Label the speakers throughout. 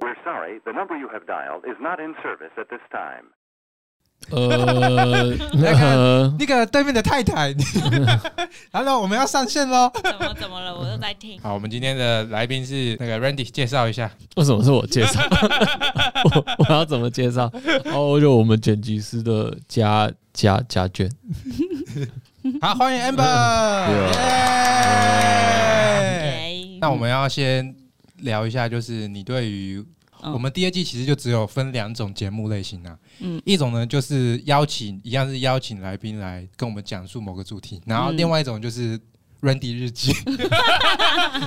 Speaker 1: We're sorry, the number you have dialed is not in service at this time.
Speaker 2: 呃，那
Speaker 3: 看
Speaker 2: 个
Speaker 3: 那个对面的太太 ，Hello，我们要上线喽。
Speaker 4: 怎么怎么了？我都在听。
Speaker 3: 好，我们今天的来宾是那个 Randy，介绍一下。
Speaker 2: 为什么是我介绍？ 我我要怎么介绍？哦，就我们剪辑师的家家家眷，
Speaker 3: 好，欢迎 Amber。耶
Speaker 4: 耶
Speaker 3: 那我们要先聊一下，就是你对于
Speaker 4: 嗯
Speaker 3: 我们第二季其实就只有分两种节目类型啊，
Speaker 4: 嗯
Speaker 3: 一种呢就是邀请，一样是邀请来宾来跟我们讲述某个主题，然后
Speaker 4: 嗯
Speaker 3: 另外一种就是。Randy 日 记，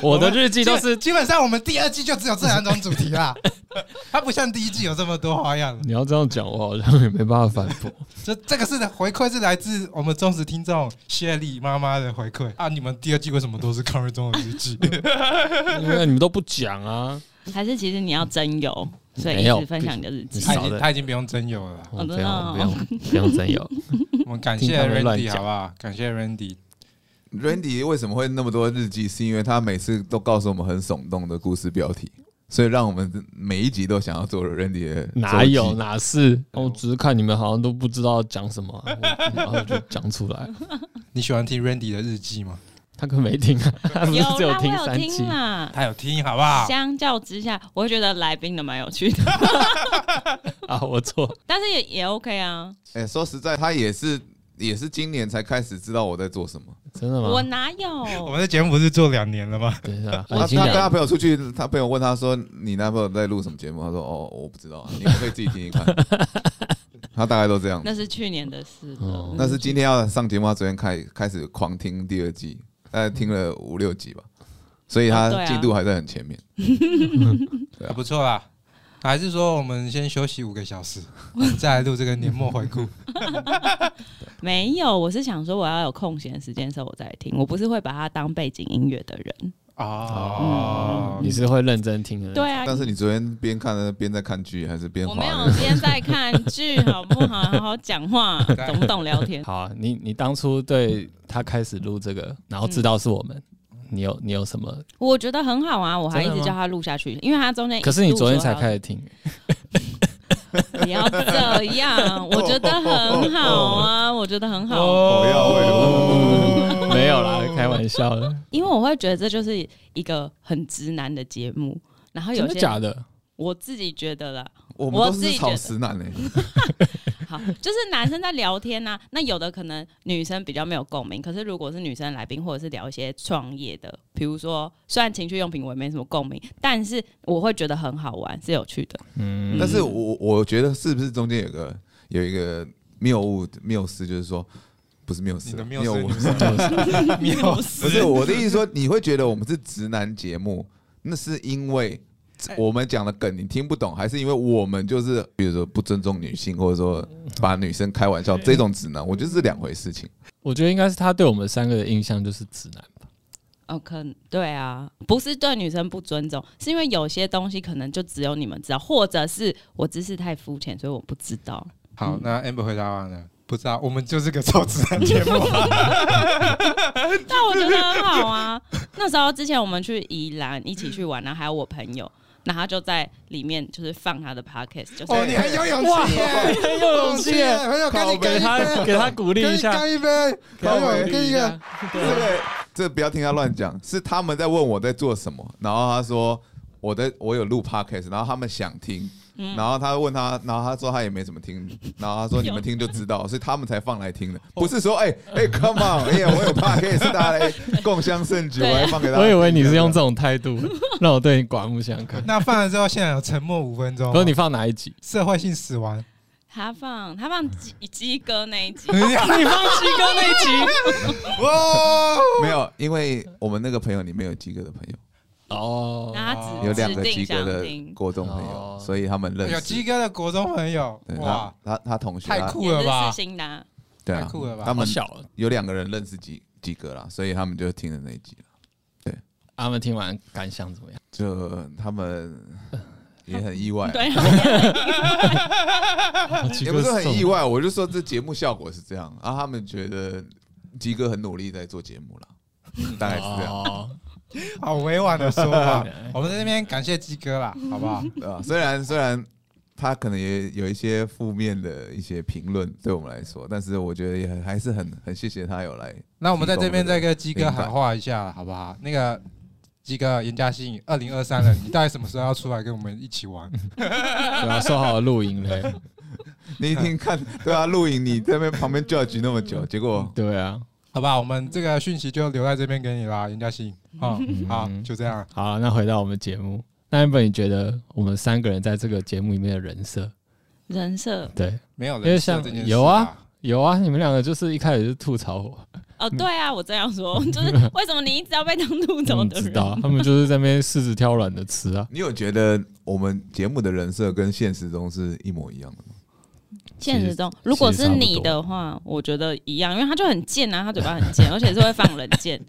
Speaker 2: 我的日记都是
Speaker 3: 基本上我们第二季就只有这两种主题 啦，它不像第一季有这么多花样。
Speaker 2: 你要这样讲，我好像也没办法反 驳。
Speaker 3: 这这个是回馈是来自我们忠实听众谢丽妈妈的回馈啊！你们第二季为什么都是抗日中的日 记？
Speaker 2: 因为你们都不讲啊，
Speaker 4: 还是其实你要真有，所以
Speaker 2: 没有
Speaker 4: 一直分享你的日记
Speaker 2: 必须。
Speaker 3: 他已
Speaker 2: 少的
Speaker 3: 经他已经不用真有了啦。
Speaker 2: 哦
Speaker 4: 真
Speaker 2: 不
Speaker 4: 的
Speaker 2: 用
Speaker 4: 哦
Speaker 2: 不用不用真有，
Speaker 3: 我们感
Speaker 2: 听
Speaker 3: 谢
Speaker 2: 他们乱
Speaker 3: Randy
Speaker 2: 讲
Speaker 3: 好不好？感谢 Randy。
Speaker 5: Randy 为什么会那么多日记？是因为他每次都告诉我们很耸动的故事标题，所以让我们每一集都想要做 Randy 的周 记。
Speaker 2: 哪有哪是？我只是看你们好像都不知道讲什么啊， 我然后就讲出来。
Speaker 3: 你喜欢听 Randy 的日记吗？
Speaker 2: 他可没 听啊，他不是只
Speaker 4: 有啦，我
Speaker 2: 听
Speaker 4: 有
Speaker 2: 三期
Speaker 4: 听。啊啦。
Speaker 3: 他有听好不好？
Speaker 4: 相较之下，我会觉得来宾的蛮有趣的，
Speaker 2: 啊，我错，
Speaker 4: 但是也也 OK 啊。
Speaker 5: 哎、说实在，他也是也是今年才开始知道我在做什么。
Speaker 2: 真的
Speaker 4: 我
Speaker 2: 吗？
Speaker 4: 哪有？
Speaker 3: 我们的节目不是做两年了吗？
Speaker 2: 等一下，
Speaker 4: 哦
Speaker 5: 他
Speaker 2: 已经
Speaker 5: 他跟
Speaker 2: 两
Speaker 5: 他朋友出去，他朋友问他说：“你男朋友在录什么节目？”他说：“哦，我不知道啊，你们可以自己听听看。” 他大概都这样。
Speaker 4: 那是去年的事了
Speaker 2: 哦。
Speaker 5: 那是今天要上节目，他昨天开开始狂听第二季，大概听了五六集吧，所以
Speaker 4: 哦对
Speaker 5: 他
Speaker 4: 啊
Speaker 5: 进度还在很前面。
Speaker 3: 还啊不错啦。还是说我们先休息五个小 时，我们再来录这个年末回 顾？
Speaker 4: 没有，我是想说我要有空闲时间的时候我再听，我不是会把它当背景音乐的人。
Speaker 3: 啊哦，
Speaker 2: 你是会认真听的人。
Speaker 4: 对啊，
Speaker 5: 但是你昨天边看呢边在看剧，还是边
Speaker 4: 我
Speaker 5: 滑
Speaker 4: 没有
Speaker 5: 那个？
Speaker 4: 今天在看剧，好不好？好好讲话，懂不懂聊天？
Speaker 2: 好啊、你你当初对他开始录这个，然后知道是我们，你有你有什么？
Speaker 4: 我觉得很好啊，我还一
Speaker 2: 真
Speaker 4: 直
Speaker 2: 的吗
Speaker 4: 叫他录下去，因为他中间
Speaker 2: 可是你昨天才开
Speaker 4: 始，
Speaker 2: 始听，
Speaker 4: 不要这样，我觉得很好啊，我觉得很好，
Speaker 5: 我哦要哦为
Speaker 2: 没有啦，开玩笑的，
Speaker 4: 因为我会觉得这就是一个很直男的节目，然后有
Speaker 2: 真的
Speaker 4: 些
Speaker 2: 假的？
Speaker 4: 我自己觉得啦，
Speaker 5: 我们
Speaker 4: 我
Speaker 5: 都
Speaker 4: 自己
Speaker 5: 是
Speaker 4: 觉
Speaker 5: 草
Speaker 4: 得
Speaker 5: 食男呢、欸
Speaker 4: 好，就是男生在聊天呐、啊那有的可能女生比较没有共鸣，可是如果是女生来宾，或者是聊一些创业的，比如说虽然情趣用品我也没什么共鸣，但是我会觉得很好玩，是有趣的。嗯
Speaker 5: 但是我我觉得是不是中间有个有一个谬误谬思，就是说不是谬
Speaker 3: 你
Speaker 5: 思
Speaker 3: 的
Speaker 5: 啊，
Speaker 3: 缪
Speaker 5: 谬误
Speaker 3: 斯，你的缪斯，
Speaker 5: 不是我的意思说，你会觉得我们是直男节目，那是 因为
Speaker 4: 哎
Speaker 5: 我们讲的梗你听不懂，还是因为我们就是比如说不尊重女性，或者说
Speaker 4: 嗯
Speaker 5: 把女生开玩笑这种直男，我觉得是两回事情。
Speaker 2: 我觉得应该是他对我们三个的印象就是直男吧。
Speaker 4: 哦，可能对啊，不是对女生不尊重，是因为有些东西可能就只有你们知道，或者是我知识太肤浅，所以我不知道。
Speaker 3: 好，那 Amber 回答完了，不知道，我们就是个臭直 男节目。
Speaker 4: 但我觉得很好啊。那时候之前我们去宜兰一起去玩，啊然后还有我朋友，然后他就在里面就是放他的 podcast，就是、
Speaker 3: 哦，你很有勇气耶，
Speaker 2: 很有勇气耶
Speaker 3: 很有赶紧干
Speaker 2: 给
Speaker 3: 一
Speaker 2: 他
Speaker 3: 杯，
Speaker 2: 给他鼓励一下，
Speaker 3: 干一杯，
Speaker 2: 他
Speaker 3: 朋友
Speaker 2: 鼓
Speaker 3: 跟
Speaker 2: 励
Speaker 3: 一个，
Speaker 5: 这个这不要听他乱讲，是他们在问我在做什么，然后他说我在我有录 podcast，然后他们想听。然后他问他，然后他说他也没怎么听，然后他说你们听就知道，所以他们才放来听的，不是说哎哎、come on，哎呀我有 podcast，大家来共襄盛举，
Speaker 4: 对
Speaker 5: 我还放给大家
Speaker 2: 我
Speaker 5: 听。
Speaker 2: 以为你是用这种态度让我对你刮目相看。
Speaker 3: 那放了之后，现在有沉默五分钟
Speaker 2: 不。是你放哪一集？
Speaker 3: 社会性死亡，，
Speaker 4: 他放他放鸡鸡哥那一集
Speaker 3: 你 放鸡哥那一集，哇！
Speaker 5: 没有，因为我们那个朋友里面有鸡哥的朋友，
Speaker 2: 哦，
Speaker 4: 然后
Speaker 5: 有
Speaker 4: 他指
Speaker 5: 两
Speaker 4: 指
Speaker 5: 个
Speaker 4: 定
Speaker 5: 鸡哥
Speaker 4: 想
Speaker 5: 的
Speaker 4: 听，
Speaker 5: 国中朋友
Speaker 2: 哦，
Speaker 5: 所以他们认
Speaker 3: 有
Speaker 5: 识
Speaker 3: 鸡。哥的国中朋友，
Speaker 5: 对
Speaker 3: 哇
Speaker 5: 他，他他同学啊，
Speaker 3: 太酷
Speaker 4: 也
Speaker 3: 了
Speaker 4: 是
Speaker 3: 吧
Speaker 4: 四！星的啊、
Speaker 5: 对啊
Speaker 3: 太酷了吧
Speaker 5: 他
Speaker 2: 好
Speaker 5: 们
Speaker 2: 小了。
Speaker 5: 有两个人认识鸡鸡哥啦，所以他们就听了那一集了。
Speaker 2: 他们听完感想怎么样？
Speaker 5: 就他们也很意外啊，
Speaker 4: 对，然后
Speaker 5: 也不是很意外，我就说这节目效果是这样啊啊，他们觉得鸡哥很努力在做节目啦，大概是这样。
Speaker 2: 哦，
Speaker 3: 好委婉的说法。我们在这边感谢鸡哥啦，好不好？
Speaker 5: 对吧？虽然虽然他可能也有一些负面的一些评论对我们来说，但是我觉得也很还是很很谢谢他有来。
Speaker 3: 那我们在这边再跟鸡哥喊话一下，好不好？那个鸡哥严嘉欣，二零二三了，你到底什么时候要出来跟我们一起玩？
Speaker 2: 对啊，说好了露营嘞，
Speaker 5: 你一听看对啊，录影你在那边旁边 judge 那么久，结果
Speaker 2: 对啊，
Speaker 3: 好吧，我们这个讯息就留在这边给你啦，严嘉欣。啊、好，就这样。
Speaker 2: 好，那回到我们节目，那原本你觉得我们三个人在这个节目里面的人设，
Speaker 4: 人设
Speaker 2: 对，
Speaker 3: 没有人
Speaker 2: 因为
Speaker 3: 说
Speaker 2: 像
Speaker 3: 这件事
Speaker 2: 有啊，有啊，你们两个就是一开始就吐槽我，
Speaker 4: 哦，对啊，我这样说，就是为什么你一直要被当路
Speaker 2: 他
Speaker 4: 走
Speaker 2: 们
Speaker 5: 嗯
Speaker 4: 的
Speaker 2: 知
Speaker 4: 人？
Speaker 2: 道，他们就是在那边柿子挑软的吃啊，
Speaker 5: 你有觉得我们节目的人设跟现实中是一模一样的吗？
Speaker 4: 现
Speaker 2: 其
Speaker 4: 实
Speaker 2: 实
Speaker 4: 中，如果是
Speaker 2: 其实差
Speaker 4: 你
Speaker 2: 不多
Speaker 4: 的话，我觉得一样，因为他就很贱啊，他嘴巴很 贱，而且是会放冷箭。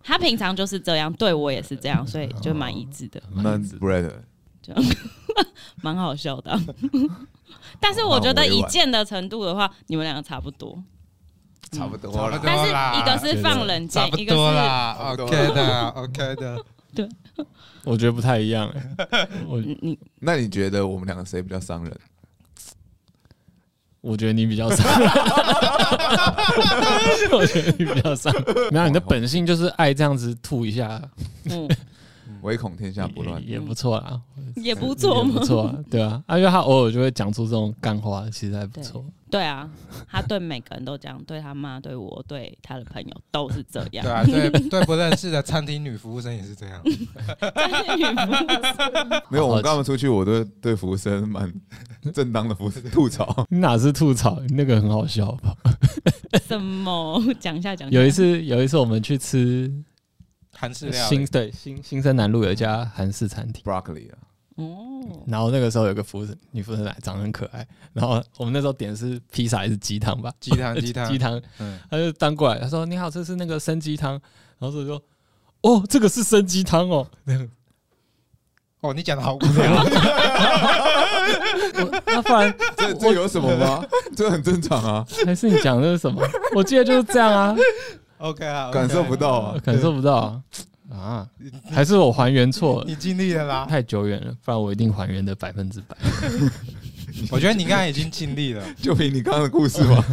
Speaker 4: 他平常就是这样，对我也是这样，所以 就蛮一致的，
Speaker 5: 那 Brad
Speaker 3: 嗯
Speaker 4: 蛮好 笑的啊、但是我觉得以贱的程度的话，你们两个差不多，
Speaker 5: 差不多
Speaker 3: 差不
Speaker 5: 了
Speaker 3: 多，
Speaker 4: 但是
Speaker 3: 啦
Speaker 4: 一个是放冷
Speaker 3: 差
Speaker 4: 箭，
Speaker 3: 不
Speaker 4: 哎一个
Speaker 3: 多
Speaker 4: 是
Speaker 3: 啦
Speaker 5: 差不多
Speaker 3: ，OK 的，OK 的。
Speaker 2: 我觉得不太一样、欸，我
Speaker 4: 你你
Speaker 5: 那你觉得我们两个谁比较伤人？
Speaker 2: 我觉得你比较 伤，我觉得你比较伤，没有，你的本性就是爱这样子吐一下，
Speaker 4: 嗯
Speaker 5: 唯恐天下不乱。
Speaker 2: 也也不错啦，
Speaker 4: 也不错
Speaker 2: 也
Speaker 4: 嘛
Speaker 2: 不，错啊，对啊，啊因为他偶尔就会讲出这种干话，其实还不错。
Speaker 4: 对啊，他对每个人都这样，对他妈、对我、对他的朋友都是这样
Speaker 3: 对。 啊，对对，不认识的餐厅女服务生也是这样。
Speaker 5: 没有，
Speaker 2: 好
Speaker 5: 我
Speaker 2: 好奇
Speaker 5: 跟他们出去，我都对服务生蛮正当的服务生吐槽。
Speaker 2: 你哪是吐槽？你那个很好笑吧？
Speaker 4: 什么？讲一下讲一下。
Speaker 2: 有一次，有一次我们去吃
Speaker 3: 韩式料理
Speaker 2: 新对新新生南路有一家韩式餐厅，
Speaker 5: Broccoli 啊，
Speaker 4: 哦，
Speaker 2: 然后那个时候有个服务生女服务生来长得很可爱，然后我们那时候点的是披萨还是鸡汤吧？
Speaker 3: 鸡 汤鸡汤
Speaker 2: 鸡汤，
Speaker 3: 嗯
Speaker 2: 他就端过来，他说：“你好，这是那个生鸡汤。”然后我就说：“哦，这个是生鸡汤哦。
Speaker 3: 哦，你讲的好无 聊，
Speaker 2: 我”那不然
Speaker 5: 这这有什么 吗？这很正常 啊，
Speaker 2: 还是你讲的是什 么？我记得就是这样啊。
Speaker 3: OK 啊，
Speaker 5: 感受不到啊。
Speaker 2: 感受不到啊，啊还是我还原错了，
Speaker 3: 你尽力了啦。
Speaker 2: 太久远了，不然我一定还原的百分之百。
Speaker 3: 我觉得你刚才已经尽力了。
Speaker 5: 就凭你刚刚的故事 吗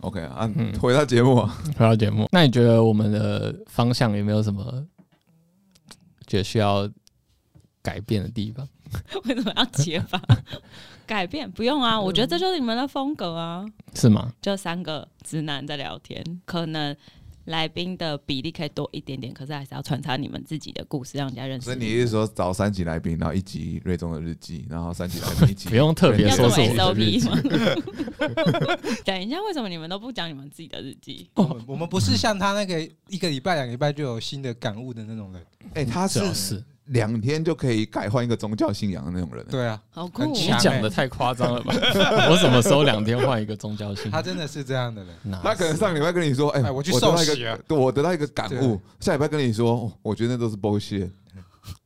Speaker 5: ？OK 啊，回到节目啊，
Speaker 2: 回到节目，那你觉得我们的方向有没有什么觉得需要改变的地方？
Speaker 4: 为什么要结巴？改变不用啊，我觉得这就是你们的风格啊。
Speaker 2: 是吗？
Speaker 4: 就三个直男在聊天，可能来宾的比例可以多一点点，可是还是要穿插你们自己的故事，让人家认
Speaker 5: 所
Speaker 4: 识
Speaker 5: 以你是说找三集来宾，然后一集瑞中的日记，然后三集来宾一 集，
Speaker 2: 不用特别
Speaker 4: 要
Speaker 2: 说
Speaker 4: 做
Speaker 2: 是我的日
Speaker 4: SOP
Speaker 2: 记，
Speaker 4: 吗？ 讲一下为什么你们都不讲你们自己的日记？
Speaker 3: 我
Speaker 5: 哦
Speaker 3: 们我们不是像他那个一个礼拜、两个礼拜就有新的感悟的那种人。
Speaker 5: 哎，他
Speaker 2: 主要
Speaker 5: 是
Speaker 2: 哦是
Speaker 5: 两天就可以改换一个宗教信仰的那种人。
Speaker 3: 对啊，
Speaker 4: 好酷、
Speaker 3: 很
Speaker 2: 你
Speaker 3: 强
Speaker 4: 哦！
Speaker 2: 讲的太夸张了吧？ 我什么时候两天换一个宗教信
Speaker 3: 他
Speaker 2: 仰？
Speaker 3: 真的是这样的人。
Speaker 2: 那
Speaker 5: 他可能上礼拜跟你说，哎，
Speaker 3: 哎我去
Speaker 5: 得到一
Speaker 3: 受
Speaker 5: 个
Speaker 3: 洗了
Speaker 5: 对我得到一个感悟，下礼拜跟你说，哦我觉得那都是 bullshit，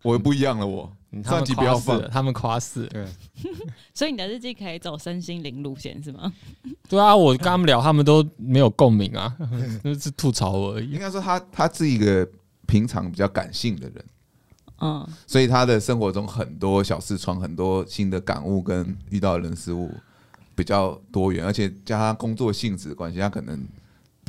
Speaker 5: 我 不一样了，我
Speaker 2: 嗯他
Speaker 5: 上
Speaker 2: 们
Speaker 5: 集不要
Speaker 2: 夸死
Speaker 5: 放
Speaker 2: 了，，他们夸死了。
Speaker 3: 对，
Speaker 4: 所以你的日记可以走身心灵路线是 吗？
Speaker 2: 对啊，我跟他们聊，他们都没有共鸣 啊，就是吐槽我而已
Speaker 5: 应。该说他他是一个平常比较感性的人，
Speaker 4: 嗯，
Speaker 5: 所以他的生活中很多小视窗，很多新的感悟跟遇到的人事物比较多元，而且加上工作性质的关系，他可能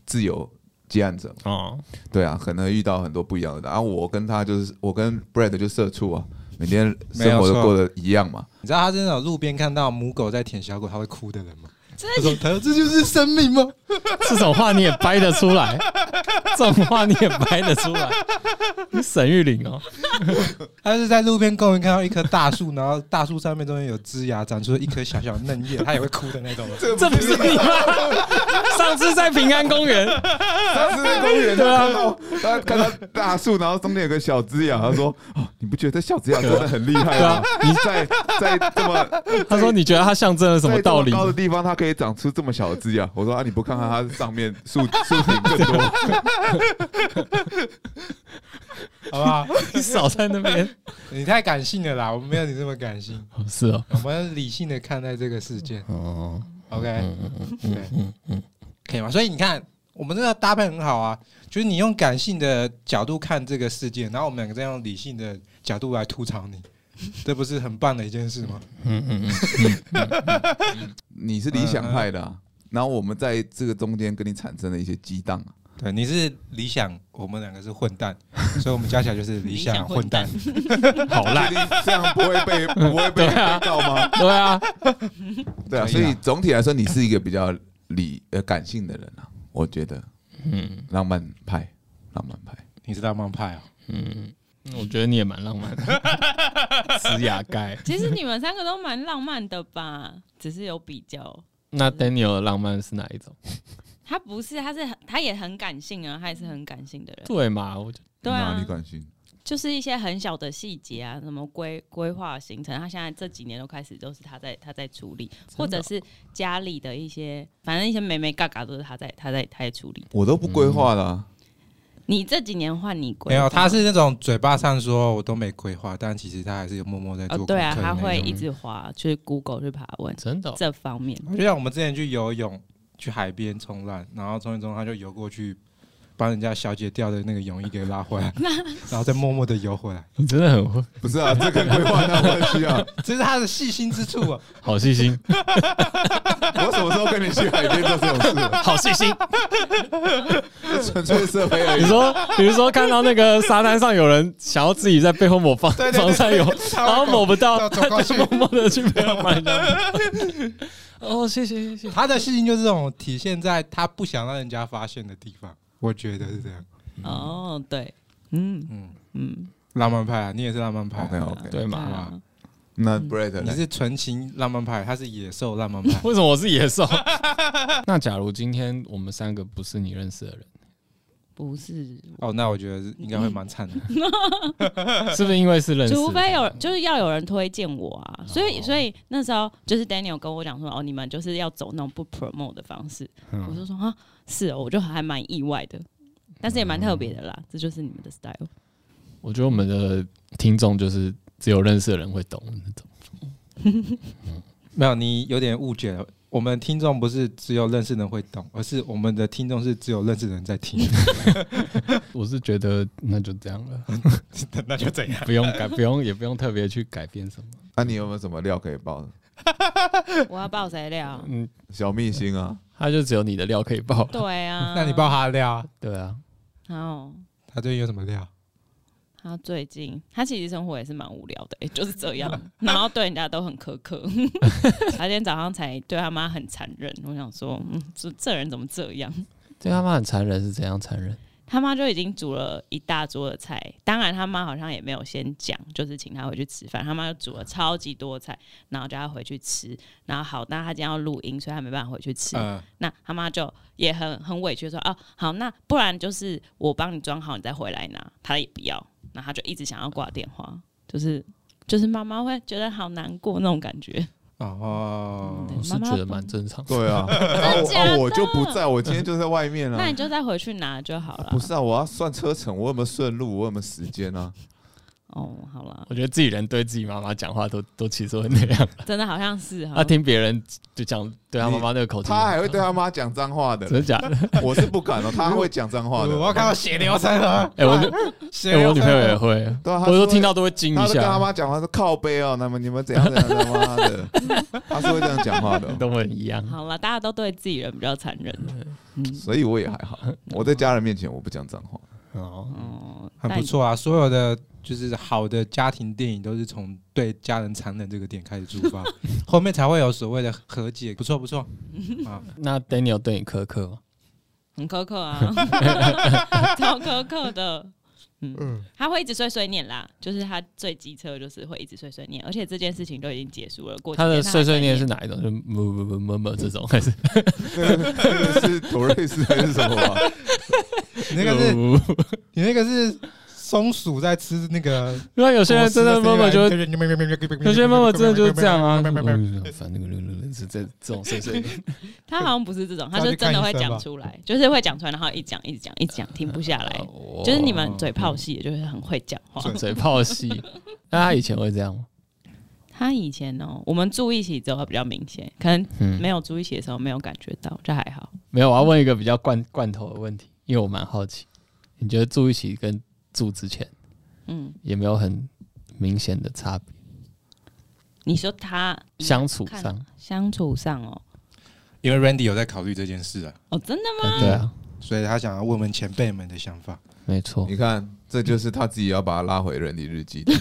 Speaker 5: 自由接案者，
Speaker 2: 哦，
Speaker 5: 对啊，可能遇到很多不一样的人。然、后我跟他就是我跟 Brad 就社畜啊，每天生活
Speaker 3: 没有错
Speaker 5: 都过得一样嘛。
Speaker 3: 你知道他是那种路边看到母狗在舔小狗，他会哭的人吗？
Speaker 4: 真
Speaker 3: 他说：“他说这就是生命吗
Speaker 2: 这种话你也掰得出来，这种话你也掰得出来，你沈玉玲哦，？”
Speaker 3: 他是在路边公园看到一棵大树，然后大树上面中间有枝芽长出一颗小小嫩叶，他也会哭的那种人。
Speaker 5: 这
Speaker 2: 这不是 你吗？上次在平安公园，
Speaker 5: 他是在公园
Speaker 2: 对啊
Speaker 5: 看到他看到大树，然后中间有个小枝芽，他说：“哦，你不觉得小枝芽真的很厉害
Speaker 2: 对
Speaker 5: 吗
Speaker 2: 啊？
Speaker 5: 你在在这么
Speaker 2: 他说你觉得它象征了什么道理
Speaker 5: 在这？高的地方它可以长出这么小的枝芽。我说啊，你不看看它上面树 树顶更多，
Speaker 3: 好不好？
Speaker 2: 你少在那边，
Speaker 3: 你太感性了啦，我们没有你这么感 性，
Speaker 2: 哦是哦，
Speaker 3: 我们理性的看待这个事件。
Speaker 2: 哦，
Speaker 3: 嗯 OK，对，可以吗？所以你看，我们这个搭配很好啊，就是你用感性的角度看这个事件，然后我们两个再用理性的角度来吐槽你， 这不是很棒的一件事吗？
Speaker 2: 嗯嗯嗯，
Speaker 5: 你是理想派的、 啊，然后我们在这个中间跟你产生了一些激荡、啊。
Speaker 3: 对，你是理想，我们两个是混 蛋，所以我们加起来就是理想混蛋。
Speaker 2: 好烂，
Speaker 5: 确定这样不会被不会 被被告吗？
Speaker 2: 对啊，
Speaker 3: 可以
Speaker 5: 对啊，
Speaker 3: 啊
Speaker 5: 所以总体来说，你是一个比较理呃感性的人啊，我觉得
Speaker 2: 嗯
Speaker 5: 浪漫派，浪漫派。
Speaker 3: 你是浪漫派啊、
Speaker 2: 嗯，我觉得你也蛮浪 漫的，死牙盖。
Speaker 4: 其实你们三个都蛮浪漫的吧，只是有比较。
Speaker 2: 那 Daniel 的浪漫是哪一种？
Speaker 4: 他不是，他是很他也很感性啊，他也是很感性的人。
Speaker 2: 对嘛，我就
Speaker 4: 对
Speaker 5: 哪
Speaker 4: 啊
Speaker 5: 里，感性？
Speaker 4: 就是一些很小的细节啊，什么规规划行程，他现在这几年都开始都是他在他在处理，
Speaker 2: 的哦
Speaker 4: 或者是家里的一些，反正一些美美嘎嘎都是他在他在他在处理。
Speaker 5: 我都不规划了啊、
Speaker 4: 你这几年换你规划，
Speaker 3: 没有，他是那种嘴巴上说我都没规划，但其实他还是有默默在做
Speaker 4: 哦，
Speaker 3: 功课
Speaker 4: 对
Speaker 3: 的
Speaker 4: 啊，
Speaker 3: 那种、
Speaker 4: 他会一直滑去 Google 去爬文
Speaker 2: 真的哦
Speaker 4: 这方面。
Speaker 3: 就像我们之前去游泳，去海边冲浪，然后冲一冲，他就游过去，把人家小姐掉的那个泳衣给拉回来，然后再默默的游回来，
Speaker 2: 你真的很会，
Speaker 5: 不是啊，这跟规划那关系啊？
Speaker 3: 这是他的细心之处啊！
Speaker 2: 好细心，
Speaker 5: 我什么时候跟你去海边做这种事 了？
Speaker 2: 好细心。
Speaker 5: 这纯粹社会而已
Speaker 2: 你。说，比如说看到那个沙滩上有人想要自己在背后抹防
Speaker 3: 对对对
Speaker 2: 防晒油，
Speaker 3: 他会
Speaker 2: 然后抹不到，
Speaker 3: 走走过
Speaker 2: 他就
Speaker 3: 去
Speaker 2: 默默的去背后买的。哦，谢谢谢谢。
Speaker 3: 他的细心就是这种体现在他不想让人家发现的地方，我觉得是这样。
Speaker 4: 哦，对，嗯
Speaker 3: 嗯，
Speaker 4: 嗯，
Speaker 3: 浪漫派啊，你也是浪漫派、
Speaker 5: OK
Speaker 3: 啊，
Speaker 5: OK，
Speaker 2: 对
Speaker 4: 对
Speaker 2: 嘛？。
Speaker 4: 啊，
Speaker 5: 那 Brad
Speaker 3: 你
Speaker 5: 呢
Speaker 3: 是纯情浪漫派，他是野兽浪漫派
Speaker 2: 为什么我是野 兽？那假如今天我们三个不是你认识的人，
Speaker 4: 不是，
Speaker 3: 哦，那我觉得是应该会蛮惨的。
Speaker 2: 是不是因为是认识的？
Speaker 4: 除非有就是要有人推荐我
Speaker 3: 哦
Speaker 4: 啊，所以所以那时候就是 Daniel 跟我讲说，哦，你们就是要走那种不 promote 的方式，
Speaker 2: 嗯
Speaker 4: 我就说啊，是哦，我就还蛮意外的，但是也蛮特别的
Speaker 3: 嗯
Speaker 4: 啦，这就是你们的 style。
Speaker 2: 我觉得我们的听众就是只有认识的人会懂那种。
Speaker 3: 没有，你有点误解了。我们听众不是只有认识人会懂，而是我们的听众是只有认识人在听。
Speaker 2: 我是觉得那就这样 了，
Speaker 3: 那就这样。
Speaker 2: 不用改，不用也不用特别去改变什么。
Speaker 5: 那啊你有没有什么料可以爆的？
Speaker 4: 我要爆谁料？
Speaker 2: 嗯，
Speaker 5: 小秘星啊，
Speaker 2: 他就只有你的料可以爆。
Speaker 4: 对啊，
Speaker 3: 那你爆他的料啊，
Speaker 2: 对啊，
Speaker 4: 好。
Speaker 3: 他最近有什么料？
Speaker 4: 他最近，他其实生活也是蛮无聊的、也欸就是这 样。然后对人家都很苛刻，他今天早上才对他妈很残忍。我想说，嗯，这这人怎么这样？
Speaker 2: 对他妈很残忍，是怎样残忍？
Speaker 4: 他妈就已经煮了一大桌的菜，当然他妈好像也没有先讲，就是请他回去吃饭。他妈就煮了超级多菜，然后叫他回去吃。然后好，那他今天要录音，所以他没办法回去吃。
Speaker 3: 嗯，
Speaker 4: 那他妈就也很很委屈地说哦，好，那不然就是我帮你装好，你再回来拿。他也不要，那他就一直想要挂电话，就是就是妈妈会觉得好难过那种感觉。
Speaker 3: 哦，
Speaker 4: 对
Speaker 2: 我是
Speaker 4: 妈妈
Speaker 2: 觉得
Speaker 4: 不
Speaker 2: 蛮正常。
Speaker 5: 对啊，然后我
Speaker 4: 真的假的
Speaker 5: 啊我就不在，我今天就在外面
Speaker 4: 那
Speaker 5: 啊
Speaker 4: 你。就再回去拿就好了。
Speaker 5: 不是啊，我要算车程，我有没有顺路，我有没有时间啊？
Speaker 4: 哦，好 了，
Speaker 2: 我觉得自己人对自己妈妈讲话都都其实会那样，
Speaker 4: 真 的好像是哈。
Speaker 2: 他听别人就讲对他妈妈那个口气，
Speaker 5: 他还会对他妈讲脏话的
Speaker 2: 真，的假的？
Speaker 5: 我是不敢 哦，他会讲脏话
Speaker 3: 我
Speaker 5: 的。
Speaker 3: 要看到血流成河。
Speaker 2: 哎，我
Speaker 3: 血
Speaker 2: 哎我
Speaker 3: 流成河
Speaker 2: 女朋友也会，
Speaker 5: 对
Speaker 2: 我
Speaker 5: 啊，他
Speaker 2: 都
Speaker 5: 说
Speaker 2: 听到都会惊
Speaker 5: 他
Speaker 2: 一
Speaker 5: 都跟他
Speaker 2: 下，
Speaker 5: 妈讲话说靠背哦，那么你们怎样怎样他妈 的，他是会这样讲话的哦，
Speaker 2: 都会一样。
Speaker 4: 好了，大家都对自己人比较残忍。
Speaker 5: 所以我也还 好，我在家人面前我不讲脏话。
Speaker 2: 哦，
Speaker 4: 哦，
Speaker 3: 很
Speaker 4: 但
Speaker 3: 不错啊！所有的就是好的家庭电影都是从对家人残忍这个点开始出发，后面才会有所谓的和解。不错不错，
Speaker 2: 那 Daniel 对你苛刻吗？
Speaker 4: 很苛刻啊， 超苛刻的。嗯，他会一直碎碎念啦，就是他最机车，就是会一直碎碎念，而且这件事情都已经结束了。过几
Speaker 2: 他的
Speaker 4: 天还
Speaker 2: 碎碎
Speaker 4: 在
Speaker 2: 念是哪一种？就么么么么么这 种，还是
Speaker 5: 这是土瑞斯还是什 么啊？
Speaker 3: 你那个 是
Speaker 2: 呜
Speaker 3: 你那个是松鼠在吃那 个，
Speaker 2: 因为有些人真的妈妈就会，有
Speaker 3: 有
Speaker 2: 些妈妈真的就是这样 啊，反正是这这种碎碎念。
Speaker 4: 他好像不是这种，他
Speaker 3: 那
Speaker 4: 就
Speaker 3: 去
Speaker 4: 真
Speaker 3: 看
Speaker 4: 的
Speaker 3: 医
Speaker 4: 会
Speaker 3: 生
Speaker 4: 讲
Speaker 3: 吧
Speaker 4: 出来，就是会讲出来，然后一讲一直讲一直讲，停不下
Speaker 2: 啊
Speaker 4: 来。
Speaker 2: 哦
Speaker 4: 就是你们嘴炮戏，就是很会讲话。
Speaker 2: 嘴炮戏，那他以前会这样吗？
Speaker 4: 他以前哦，我们住一起之后比较明显，可能没有住一起的时候没有感觉到，这还好。
Speaker 2: 嗯没有，我要问一个比较罐罐头的问题，因为我蛮好奇，你觉得住一起跟住之前
Speaker 4: 嗯，
Speaker 2: 有没有很明显的差别？
Speaker 4: 你说他
Speaker 2: 相处
Speaker 4: 看
Speaker 2: 上，
Speaker 4: 相处上哦，
Speaker 3: 因为 Randy 有在考虑这件事啊，
Speaker 4: 哦，真的吗？
Speaker 2: 对啊，
Speaker 3: 所以他想要问问前辈们的想法。
Speaker 2: 没错，
Speaker 5: 你看，这就是他自己要把他拉回人体日记的。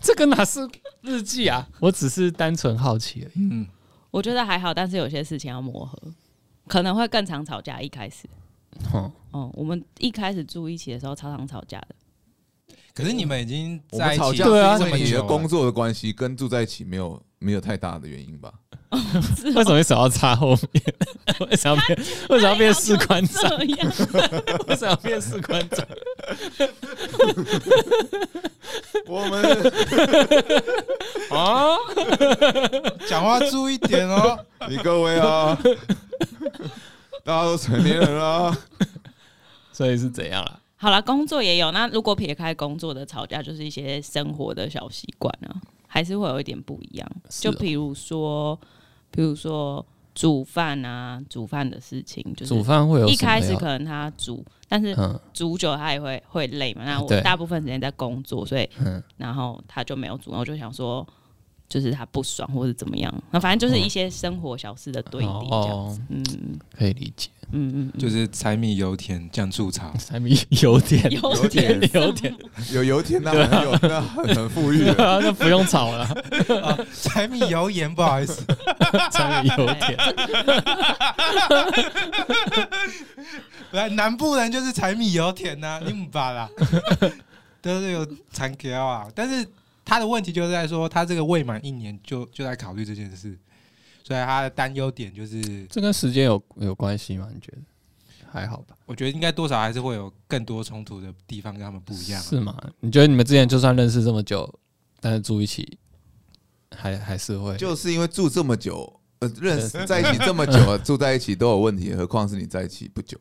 Speaker 2: 这个哪是日记啊？我只是单纯好奇而已。
Speaker 3: 嗯，
Speaker 4: 我觉得还好，但是有些事情要磨合，可能会更常吵架。一开始，
Speaker 2: 哦，
Speaker 4: 哦，我们一开始住一起的时候超常吵架的，
Speaker 3: 可是你们已经
Speaker 5: 我
Speaker 3: 在
Speaker 5: 们
Speaker 3: 一
Speaker 5: 吵
Speaker 3: 起
Speaker 5: 架
Speaker 2: 对啊
Speaker 5: 是
Speaker 3: 这
Speaker 5: 因
Speaker 3: 么
Speaker 5: 为你的
Speaker 3: 久
Speaker 5: 工
Speaker 3: 了，
Speaker 5: 作的关系，跟住在一起没有没有太大的原因吧？
Speaker 2: 为什么你手要插后面？为什么 要变？为什么要变士官长？
Speaker 4: 哎这样，
Speaker 2: 为什么要变士官长？
Speaker 5: 我们
Speaker 2: 啊，
Speaker 3: 讲话注意点哦。
Speaker 5: 你各位 啊，大家都成年人啊，
Speaker 2: 所以是怎样啦？
Speaker 4: 好了，工作也有。那如果撇开工作的吵架，就是一些生活的小习惯啊，还是会有一点不一样。
Speaker 2: 是
Speaker 4: 就
Speaker 2: 哦
Speaker 4: 比如说，比如说煮饭啊，煮饭的事情，就是
Speaker 2: 煮饭会有
Speaker 4: 一
Speaker 2: 什么
Speaker 4: 开始
Speaker 2: 要
Speaker 4: 可能他煮，但是
Speaker 2: 嗯，
Speaker 4: 煮久他也会会累嘛。那我
Speaker 2: 啊对
Speaker 4: 大部分时间在工作，所以
Speaker 2: 嗯
Speaker 4: 然后他就没有煮，然后我就想说。就是他不爽或者怎么样，那反正就是一些生活小事的对比，这样
Speaker 2: 哦。
Speaker 4: 子嗯嗯
Speaker 2: 可以理解。
Speaker 4: 嗯嗯，嗯
Speaker 3: 就是柴米油盐酱醋茶，
Speaker 2: 柴米油盐，
Speaker 4: 有
Speaker 5: 点
Speaker 2: 油盐，
Speaker 5: 有油田那很有那很很富裕
Speaker 2: 对
Speaker 5: 的。
Speaker 2: 啊，那不用炒 了，
Speaker 3: 柴米油盐，不好意思，
Speaker 2: 柴米油盐。
Speaker 3: 来南部人就是柴米油盐呐、你们吧啦， 都是有残缺啊。但是他的问题就是在说，他这个未满一年就就在考虑这件事，所以他的担忧点就是，
Speaker 2: 这跟时间有有关系吗？你觉得？还好吧，
Speaker 3: 我觉得应该多少还是会有更多冲突的地方跟他们不一样啊、
Speaker 2: 是吗？你觉得你们之前就算认识这么久，但是住一起，还还是会
Speaker 5: 就是因为住这么久，呃，认识在一起这 么久，住在一起都有问题，何况是你在一起不久，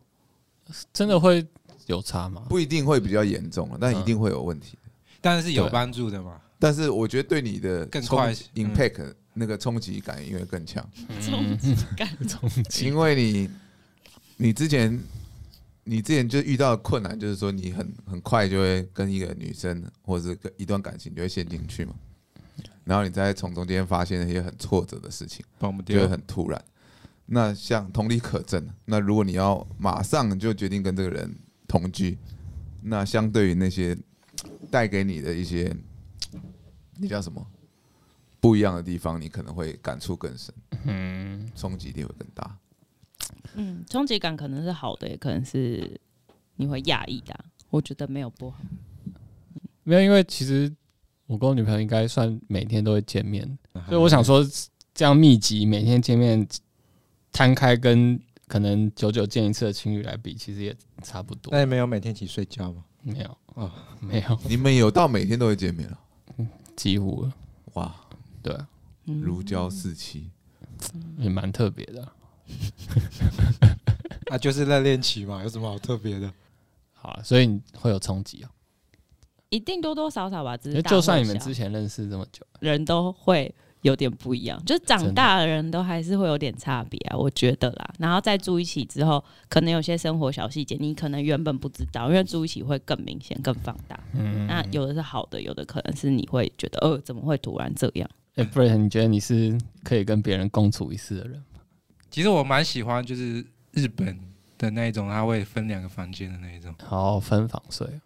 Speaker 2: 真的会有差
Speaker 4: 哦
Speaker 2: 吗？
Speaker 5: 不一定会比较严重了，
Speaker 4: 嗯
Speaker 5: 但一定会有问题。
Speaker 3: 但是有
Speaker 2: 对
Speaker 3: 帮助的嘛。
Speaker 5: 但是我觉得对你的
Speaker 3: 更
Speaker 5: 冲
Speaker 3: 快嗯
Speaker 5: impact 那个冲击感因为更强，
Speaker 4: 冲击感，
Speaker 2: 冲击
Speaker 5: 因为你你之前你之前就遇到的困难就是说你很很快就会跟一个女生或者是跟一段感情就会陷进去嘛，然后你再从中间发现一些很挫折的事情。
Speaker 3: 帮我们
Speaker 5: 就会
Speaker 3: 丢
Speaker 5: 很突然。那像同理可证，那如果你要马上就决定跟这个人同居，那相对于那些带给你的一些，那叫什么不一样的地方，你可能会感触更深，嗯，冲击力会更大。
Speaker 4: 嗯，冲击感可能是好的，也可能是你会讶异的啊、我觉得没有不好，
Speaker 2: 没有，因为其实我跟我女朋友应该算每天都会见面，所以我想说这样密集每天见面，摊开跟可能久久见一次的情侣来比，其实也差不多
Speaker 3: 那。你们有每天一起睡觉吗？
Speaker 2: 没有
Speaker 3: 哦
Speaker 2: 啊，没有，
Speaker 5: 你们有到每天都会见面了，
Speaker 2: 几乎了
Speaker 5: 哇，
Speaker 2: 对啊，
Speaker 4: 嗯
Speaker 5: 如胶似漆。
Speaker 2: 也蛮特别的啊。
Speaker 3: 啊，就是热恋期嘛，有什么好特别的？
Speaker 2: 好啊，所以你会有冲击啊。
Speaker 4: 一定多多少少吧。只
Speaker 2: 因
Speaker 4: 是
Speaker 2: 为
Speaker 4: 大
Speaker 2: 就
Speaker 4: 或
Speaker 2: 算你们
Speaker 4: 小
Speaker 2: 之前认识这么久，
Speaker 4: 人都会有点不一样，就是长
Speaker 2: 真的
Speaker 4: 大的人都还是会有点差别啊，我觉得啦。然后再住一起之后，可能有些生活小细节，你可能原本不知道，因为住一起会更明显、更放大。
Speaker 2: 嗯，
Speaker 4: 那有的是好的，有的可能是你会觉得，呃，怎么会突然这样？
Speaker 2: 哎、不然你觉得你是可以跟别人共处一室的人吗？
Speaker 3: 其实我蛮喜欢就是日本的那一种，他会分两个房间的那一种。
Speaker 2: 好，分房睡啊，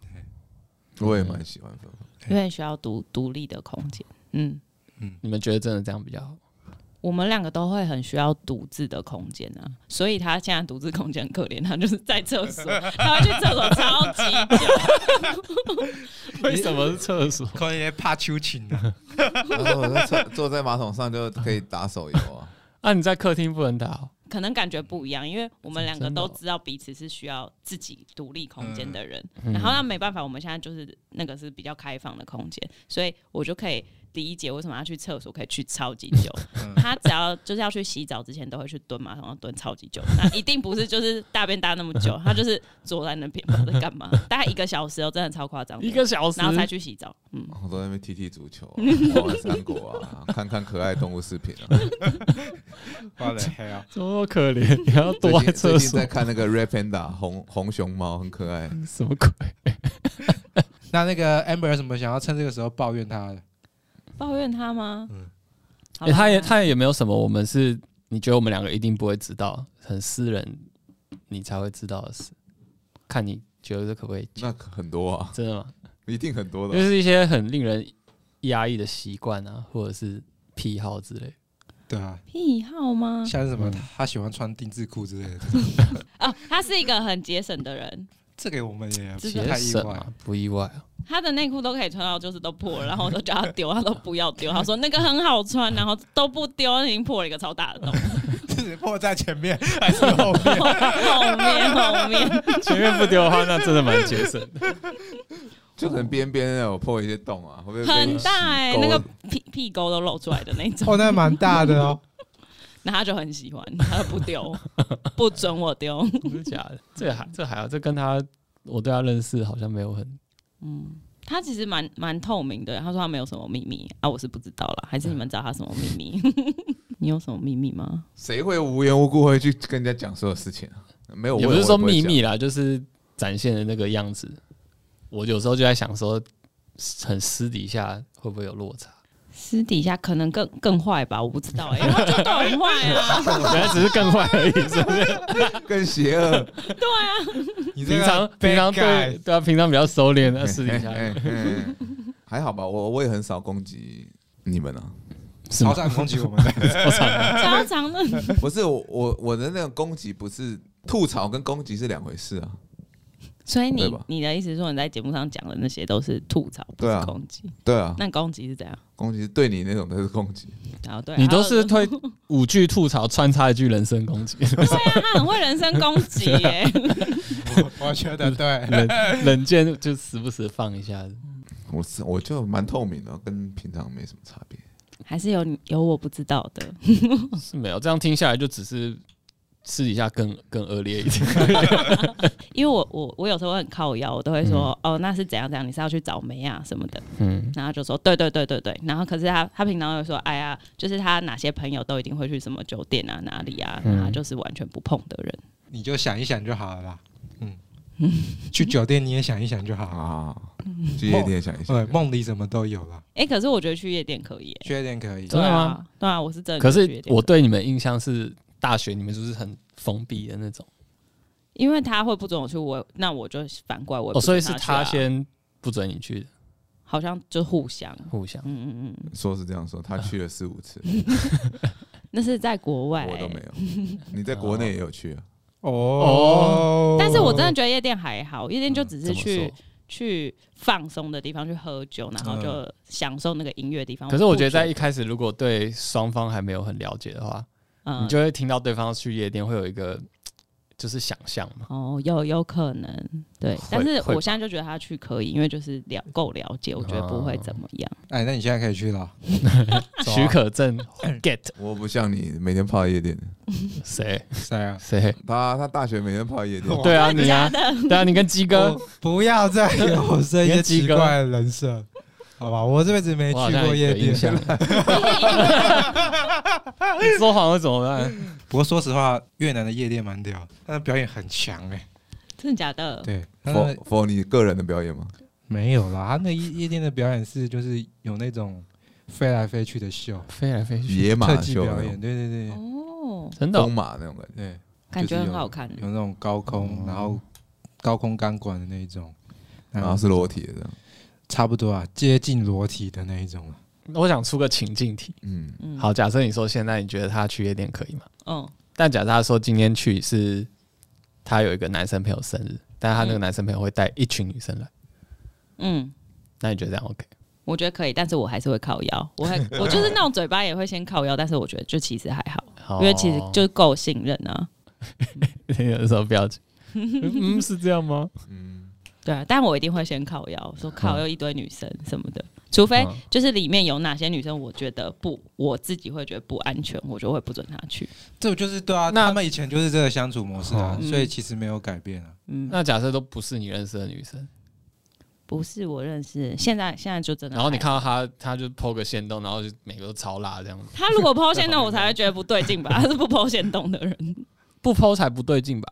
Speaker 5: 我也蛮喜欢分房，
Speaker 4: 因为需要独独立的空间。嗯，
Speaker 2: 你们觉得真的这样比较好？
Speaker 4: 我们两个都会很需要独自的空间啊，所以他现在独自空间很可怜，他就是在厕所，他会去厕所超级久。
Speaker 2: 为什么是厕所？
Speaker 3: 可能怕秋情 啊，
Speaker 5: 然后我在坐坐在马桶上就可以打手游 啊。
Speaker 2: 啊，你在客厅不能打、哦，
Speaker 4: 可能感觉不一样，因为我们两个
Speaker 2: 真的
Speaker 4: 都
Speaker 2: 哦
Speaker 4: 知道彼此是需要自己独立空间
Speaker 2: 嗯
Speaker 4: 的人，然后那没办法，我们现在就是那个是比较开放的空间，所以我就可以理解为什么要去厕所可以去超级 久。
Speaker 2: 嗯
Speaker 4: 他只要就是要去洗澡之前都会去蹲马桶，要蹲超级久。那一定不是就是大便大那么久，他就是坐在那边不知道在干嘛，大概一个小时哦，真的超夸张的。
Speaker 2: 一个小时
Speaker 4: 然，后才去洗澡，嗯，
Speaker 5: 我都在那边踢踢足球、啊，玩玩三国啊，看看可爱动物视频啊。
Speaker 3: 我的黑啊！
Speaker 2: 怎么那么可怜？你还要
Speaker 5: 最
Speaker 2: 躲在
Speaker 5: 近
Speaker 2: 厕
Speaker 5: 最近
Speaker 2: 所
Speaker 5: 在，看那个 Red Panda 红红熊猫，很可爱。
Speaker 2: 什么鬼？
Speaker 3: 那那个 Amber 有什么想要趁这个时候抱怨他的？
Speaker 4: 抱怨他吗？嗯，
Speaker 2: 欸他也他也没有什么，我们是你觉得我们两个一定不会知道，很私人，你才会知道的事。看你觉得可不可以讲？
Speaker 5: 那很多啊，
Speaker 2: 真的吗？
Speaker 5: 一定很多
Speaker 2: 就
Speaker 5: 的啊。
Speaker 2: 是一些很令人压抑的习惯啊，或者是癖好之类。
Speaker 3: 对啊，
Speaker 4: 癖好吗？
Speaker 3: 像是什么
Speaker 2: 嗯
Speaker 3: 他喜欢穿定制裤之类的，
Speaker 4: 哦，他是一个很节省的人，
Speaker 3: 这个我们也不
Speaker 2: 节
Speaker 3: 太意
Speaker 2: 省
Speaker 3: 外。
Speaker 2: 嘛，不意外啊。
Speaker 4: 他的内裤都可以穿到就是都破了，然后我都叫他丢，他都不要丢，他说那个很好穿，然后都不丢，已经破了一个超大的洞，
Speaker 3: 是破在前面还是后 面？
Speaker 4: 后面后面，
Speaker 2: 前面不丢的话，那真的蛮节省的。
Speaker 5: 就可能边边有破一些洞啊，会不会被
Speaker 4: 很大哎、
Speaker 5: 狗
Speaker 4: 那个屁屁沟都露出来的那种，
Speaker 3: 哦，那蛮大的哦。
Speaker 4: 那他就很喜欢，他就不丢，不准我丢，
Speaker 2: 真的假的？这还这还好，这跟他我对他认识好像没有很
Speaker 4: 嗯。他其实蛮蛮透明的，他说他没有什么秘密啊，我是不知道啦，还是你们知道他什么秘密？ 你有什么秘密吗？
Speaker 5: 谁会无缘无故会去跟人家讲所有事情啊？没有，
Speaker 2: 也
Speaker 5: 我
Speaker 2: 不是说
Speaker 5: 我会
Speaker 2: 秘
Speaker 5: 讲
Speaker 2: 密啦，就是展现的那个样子。我有时候就在想说，很私底下会不会有落差？
Speaker 4: 私底下可能更更坏吧，我不知道哎、欸，他就都很坏啊，
Speaker 2: 原来只是更坏而已，是不是？
Speaker 5: 更邪恶。
Speaker 3: 你这
Speaker 2: 平
Speaker 3: 个
Speaker 2: 常
Speaker 3: bad
Speaker 2: 平常
Speaker 3: guy
Speaker 2: 对对啊，平常比较收敛，那 私底下
Speaker 5: 哎哎哎还好吧，我我也很少攻击你 们啊。
Speaker 2: 是
Speaker 3: 超
Speaker 2: 吗？
Speaker 3: 常攻击我们的，
Speaker 2: 我操！
Speaker 4: 超长的。
Speaker 5: 不是我我我的那种攻击，不是吐槽跟攻击是两回事啊。
Speaker 4: 所以
Speaker 5: 对
Speaker 4: 你
Speaker 5: 吧
Speaker 4: 你的意思是说你在节目上讲的那些都是吐槽，不
Speaker 5: 对啊
Speaker 4: 是攻击？
Speaker 5: 对啊，
Speaker 4: 那攻击是怎样？
Speaker 5: 攻击对你那种才是攻击。
Speaker 4: 然后 对，
Speaker 2: 你都是
Speaker 4: 推
Speaker 2: 推五句吐槽穿插一句人身攻击，
Speaker 4: 他很会人身攻击耶、
Speaker 3: 我觉得对。
Speaker 2: 冷冷箭就时不时放一下。
Speaker 5: 我是我就蛮透明的，跟平常没什么差别。
Speaker 4: 还是有你有我不知道的。
Speaker 2: 是没有，这样听下来就只是私底下更更恶劣一点。
Speaker 4: 因为我我我有时候会很靠腰，我都会说、哦，那是怎样怎样，你是要去找梅啊什么的，
Speaker 2: 嗯，
Speaker 4: 然后就说对对对对对，然后可是他他平常会说哎呀，就是他哪些朋友都一定会去什么酒店啊哪里啊，
Speaker 2: 嗯
Speaker 4: 然后他就是完全不碰的人。
Speaker 3: 你就想一想就好了啦。嗯，去酒店你也想一想就好了。
Speaker 5: 啊，去夜店想一
Speaker 3: 对，
Speaker 5: 想，
Speaker 3: 梦里什么都有啦，
Speaker 4: 哎、可是我觉得去夜店可以、耶
Speaker 3: 缺点可以。
Speaker 2: 真的吗
Speaker 4: 对啊？对啊，我是真的
Speaker 2: 可
Speaker 4: 觉得去
Speaker 2: 是
Speaker 4: 夜店可以。
Speaker 2: 我对你们印象是大学你们就是很封闭的那种，
Speaker 4: 因为他会不准我去，我那我就反过来我也不
Speaker 2: 哦，所以是
Speaker 4: 准
Speaker 2: 他
Speaker 4: 去啊，
Speaker 2: 先不准你去的，
Speaker 4: 好像就互相，
Speaker 2: 互相。
Speaker 4: 嗯嗯嗯，
Speaker 5: 说是这样说，他去了四五次，
Speaker 4: 那是在国外、
Speaker 2: 哦
Speaker 5: 我都没有。你在国内也有去啊？
Speaker 3: 哦，
Speaker 4: 但是我真的觉得夜店还好，夜店就只
Speaker 2: 嗯
Speaker 4: 是
Speaker 2: 怎么
Speaker 4: 去、
Speaker 2: 说？
Speaker 4: 去放松的地方，去喝酒，然后就享受那个音乐的地方。
Speaker 2: 嗯可是我觉得
Speaker 4: 不
Speaker 2: 在一开始，如果对双方还没有很了解的话，
Speaker 4: 嗯
Speaker 2: 你就会听到对方去夜店会有一个就是想象嘛。
Speaker 4: 哦，有有可能对
Speaker 2: 会，
Speaker 4: 但是
Speaker 2: 会吧
Speaker 4: 我现在就觉得他去可以，因为就是了够了解，我觉得不会怎么 样。
Speaker 3: 哎，那你现在可以去了。走啊
Speaker 2: 许可 证 get
Speaker 5: 我不像你每天泡夜店，
Speaker 2: 谁
Speaker 3: 谁啊？
Speaker 2: 谁？
Speaker 5: 他他大学每天泡 夜店，
Speaker 2: 对啊，你啊
Speaker 4: 假，的，
Speaker 2: 对啊，你跟鸡哥
Speaker 3: 我，不要再有这些
Speaker 2: 跟鸡
Speaker 3: 奇
Speaker 2: 哥
Speaker 3: 怪的人设，好吧？我这辈子没
Speaker 2: 我好
Speaker 3: 去
Speaker 2: 像
Speaker 3: 过夜
Speaker 2: 有印
Speaker 3: 店。
Speaker 2: 象。 你说谎会怎么办？
Speaker 3: 不过说实话，越南的夜店蛮屌，他的表演很强哎。
Speaker 4: 真的假的？
Speaker 3: 对，他
Speaker 5: 否
Speaker 3: 的
Speaker 5: 否你个人的表演吗？
Speaker 3: 嗯没有啦，他那夜夜店的表演是就是有那种飞来飞去的秀，
Speaker 2: 飞来飞去，
Speaker 5: 野
Speaker 3: 特
Speaker 5: 马
Speaker 3: 技
Speaker 5: 秀那
Speaker 3: 表演。
Speaker 5: 种，
Speaker 3: 对对对
Speaker 4: 哦，
Speaker 2: 真的
Speaker 5: 风
Speaker 2: 哦
Speaker 5: 马那种感觉。
Speaker 3: 对。
Speaker 4: 感觉
Speaker 3: 就是
Speaker 4: 很
Speaker 3: 有
Speaker 4: 好看。
Speaker 3: 有那种高空，然后高空钢管的那一种，然
Speaker 5: 然后
Speaker 3: 后
Speaker 5: 是裸体的这样，
Speaker 3: 差不多啊，接近裸体的那一种啊。
Speaker 2: 我想出个情境题。
Speaker 5: 嗯，
Speaker 4: 嗯，
Speaker 2: 好，假设你说现在你觉得他去夜店可以吗？
Speaker 4: 嗯，
Speaker 2: 但假设他说今天去是他有一个男生朋友生日，但他那个男生朋友会带一群女生来，
Speaker 4: 嗯，
Speaker 2: 那你觉得这样 OK？
Speaker 4: 我觉得可以，但是我还是会靠腰，我 会我就是那种嘴巴也会先靠腰，但是我觉得就其实还好，
Speaker 2: 好
Speaker 4: 因为其实就够信任啊，
Speaker 2: 哦 有的时候表情，嗯，是这样吗？
Speaker 4: 对啊，但我一定会先靠腰，说靠腰一堆女生什么的，除非
Speaker 2: 嗯
Speaker 4: 就是里面有哪些女生，我觉得不，我自己会觉得不安全，我就会不准她去。
Speaker 3: 这不就是对啊？
Speaker 2: 那
Speaker 3: 他们以前就是这个相处模式啊，
Speaker 4: 嗯
Speaker 3: 所以其实没有改变啊。
Speaker 4: 嗯，
Speaker 2: 那假设都不是你认识的女生，
Speaker 4: 不是我认识，现在现在就真的还
Speaker 2: 然
Speaker 4: 好。
Speaker 2: 后你看到她，她就剖个线洞，然后就每个都超辣这样子，
Speaker 4: 他如果抛线动，我才会觉得不对劲吧？他是不抛线动的人，
Speaker 2: 不剖才不对劲吧？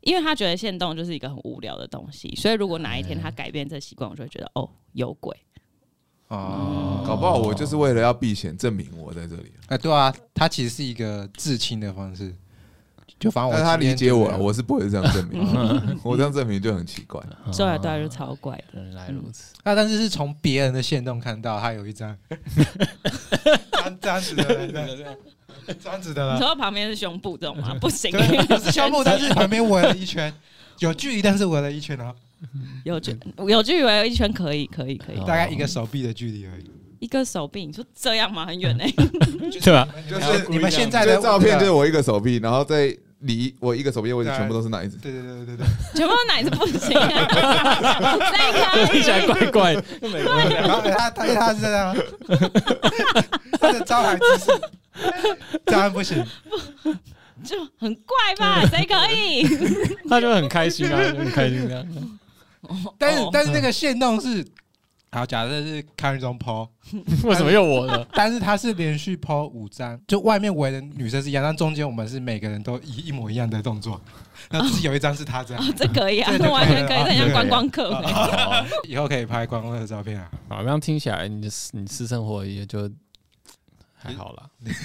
Speaker 4: 因为他觉得线动就是一个很无聊的东西，所以如果哪一天
Speaker 2: 哎
Speaker 4: 他改变这习惯，我就会觉得哦有鬼。
Speaker 3: 哦，
Speaker 5: 搞不好我就是为了要避嫌，证明我在这里。
Speaker 3: 哎，对啊，他其实是一个至亲的方式，就反正我
Speaker 5: 但他
Speaker 3: 今天
Speaker 5: 理解我
Speaker 3: 就
Speaker 5: 了，
Speaker 3: 是
Speaker 5: 我是不会这样证明，啊 我这样证明就很奇怪。
Speaker 2: 嗯
Speaker 4: 对啊对啊，就超怪的。
Speaker 2: 原来如此，
Speaker 3: 啊，但是是从别人的线动看到他有一张，这样子的，这样子的了。
Speaker 4: 你说旁边是胸部这种吗？不行，
Speaker 3: 啊对，不是胸部，但是旁边围了一圈，有距离，但是围了一圈哦，
Speaker 4: 有距有距离围一圈可以可以可以，
Speaker 2: 哦
Speaker 3: 大概一个手臂的距离而已。
Speaker 4: 一个手臂你说这样吗？很远哎、
Speaker 2: 嗯 对啊吧？
Speaker 5: 就是
Speaker 3: 你们现 在啊
Speaker 5: 这
Speaker 3: 的
Speaker 5: 照片就是我一个手臂，然后再离我一个手臂的位置
Speaker 3: 对
Speaker 5: 全部都是奶子。
Speaker 3: 对对对对对，
Speaker 4: 全部都奶子不行、啊，这
Speaker 2: 听起
Speaker 4: 个
Speaker 2: 来怪怪的，
Speaker 3: 然后他他他是这样，他的招牌姿势，这样不行。
Speaker 4: 就很怪吧？谁可以？
Speaker 2: 她就很开心啊，就很开心这样。
Speaker 3: 但是
Speaker 4: 哦
Speaker 3: 但是那个线动是，好，假设是康玉中 PO，
Speaker 2: 为什么又我 呢？
Speaker 3: 但是他是连续抛五张，就外面围的女生是一样，但中间我们是每个人都一一模一样的动作，那只是有一张是他这 样，
Speaker 4: 这可以啊，
Speaker 3: 这个可以
Speaker 4: 这
Speaker 3: 啊
Speaker 4: 完全可以，这很
Speaker 2: 这个可以
Speaker 4: 像
Speaker 2: 啊
Speaker 4: 观光客、
Speaker 2: 哦
Speaker 3: 以后可以拍观光的照片 啊。
Speaker 2: 好，刚刚听起来你的私你私生活也就还好啦。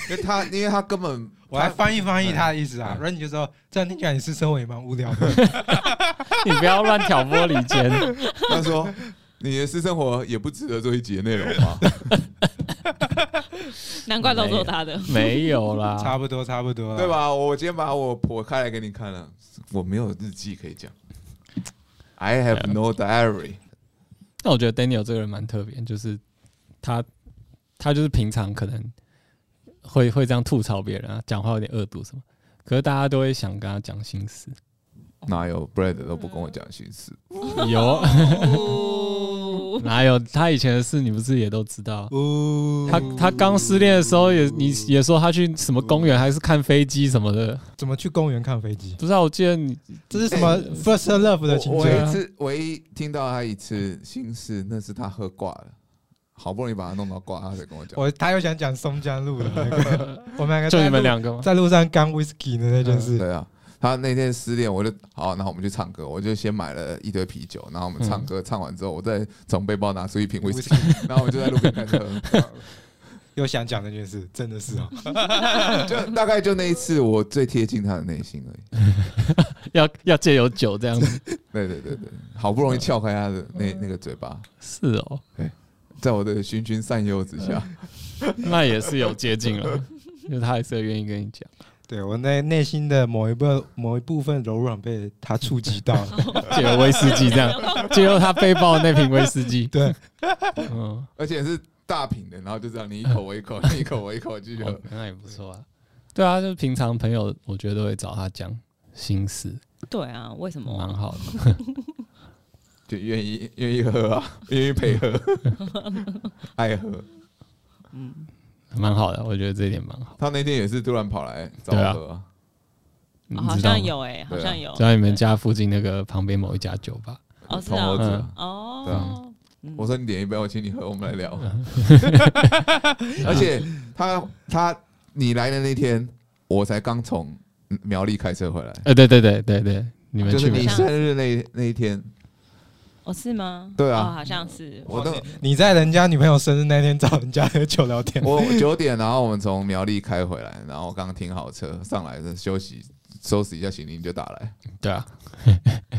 Speaker 5: 因为他，因为他根本
Speaker 3: 我来翻译翻译他的意思啊，不然你就说这样听起来你是生活也蛮无聊的，
Speaker 2: 你不要乱挑拨离间。
Speaker 5: 他说你的私生活也不值得做一集的内容嘛。
Speaker 4: 难怪都做他的。
Speaker 2: 没有啦，
Speaker 3: 差不多差不多，
Speaker 5: 对？吧？我今天把我剖开来给你看了，我没有日记可以讲。I have no diary。
Speaker 2: 那我觉得 Daniel 这个人蛮特别，就是他他就是平常可能会会这样吐槽别人啊，讲话有点恶毒什么，可是大家都会想跟他讲心事。
Speaker 5: 哪有 Brad 都不跟我讲心事？
Speaker 2: 有
Speaker 4: 哦
Speaker 2: 哪有？他以前的事你不是也都知道？
Speaker 3: 哦
Speaker 2: 他他刚失恋的时候也你也说他去什么公园还是看飞机什么的，
Speaker 3: 怎么去公园看飞机？
Speaker 2: 不是、啊？我记得你
Speaker 3: 这是什 么 first love 的
Speaker 5: 我
Speaker 3: 情
Speaker 5: 我
Speaker 3: 节
Speaker 5: 一？次唯一听到他一次心事，那是他喝挂了，好不容易把他弄到挂，他才跟我讲。
Speaker 3: 我他又想讲松江路的那 个，我们两个
Speaker 2: 就你
Speaker 3: 在
Speaker 2: 们
Speaker 3: 路
Speaker 2: 两个吗？
Speaker 3: 在路上干 whisky 的那件事，
Speaker 5: 对啊，他那天失恋，我就好，那我们去唱歌，我就先买了一堆啤酒，然后我们唱歌，唱完之后，我再从背包拿出一瓶威士忌，然后我就在路边开始喝。
Speaker 3: 又想讲那件事，真的是哦。
Speaker 5: 就大概就那一次，我最贴近他的内心而已。
Speaker 2: 要要借有酒这样子？
Speaker 5: 对对对对，好不容易撬开他的那那个嘴巴，
Speaker 2: 是哦，
Speaker 5: 在我的循循善诱之下，
Speaker 2: 那也是有接近了，就是他还是愿意跟你讲。
Speaker 3: 对我内内心的某一部某一部分柔软被他触及到 了，
Speaker 4: 哦
Speaker 2: 借由威士忌这样， 借由他背包的那瓶威士忌。
Speaker 3: 对，
Speaker 2: 嗯，
Speaker 5: 而且是大瓶的，然后就这样，你一口我一口，你一口我一口继续喝
Speaker 2: 哦。那也不错啊。对啊，就是平常朋友，我觉得都会找他讲心事，
Speaker 4: 对啊，为什么啊、
Speaker 2: 蛮好的。
Speaker 5: 就愿意愿意喝啊，愿意陪喝， 爱喝。
Speaker 2: 蛮好的，我觉得这一点蛮好。
Speaker 5: 他那天也是突然跑来找我喝、啊，
Speaker 2: 嗯你
Speaker 4: 哦好
Speaker 2: 知道吗
Speaker 4: 像，有哎、好像有。
Speaker 2: 在你们家附近那个旁边某一家酒吧，
Speaker 4: 哦，是
Speaker 5: 捅我
Speaker 4: 啊
Speaker 5: 指、
Speaker 2: 嗯
Speaker 5: 对
Speaker 4: 哦
Speaker 5: 啊，
Speaker 4: 嗯
Speaker 5: 我说你点一杯，我请你喝，我们来聊。而且他他你来的那天，我才刚从苗栗开车回来，
Speaker 2: 呃，对对对对对，你们
Speaker 5: 就
Speaker 2: 去
Speaker 5: 是
Speaker 2: 吧
Speaker 5: 你生日那那一天，
Speaker 4: 哦是吗？
Speaker 5: 对啊
Speaker 4: 哦好像是。
Speaker 5: 我都
Speaker 3: 你在人家女朋友生日那天找人家喝酒聊天，
Speaker 5: 我九点，然后我们从苗栗开回来，然后刚停好车上来休息。收拾一下行李你就打来，
Speaker 2: 对啊，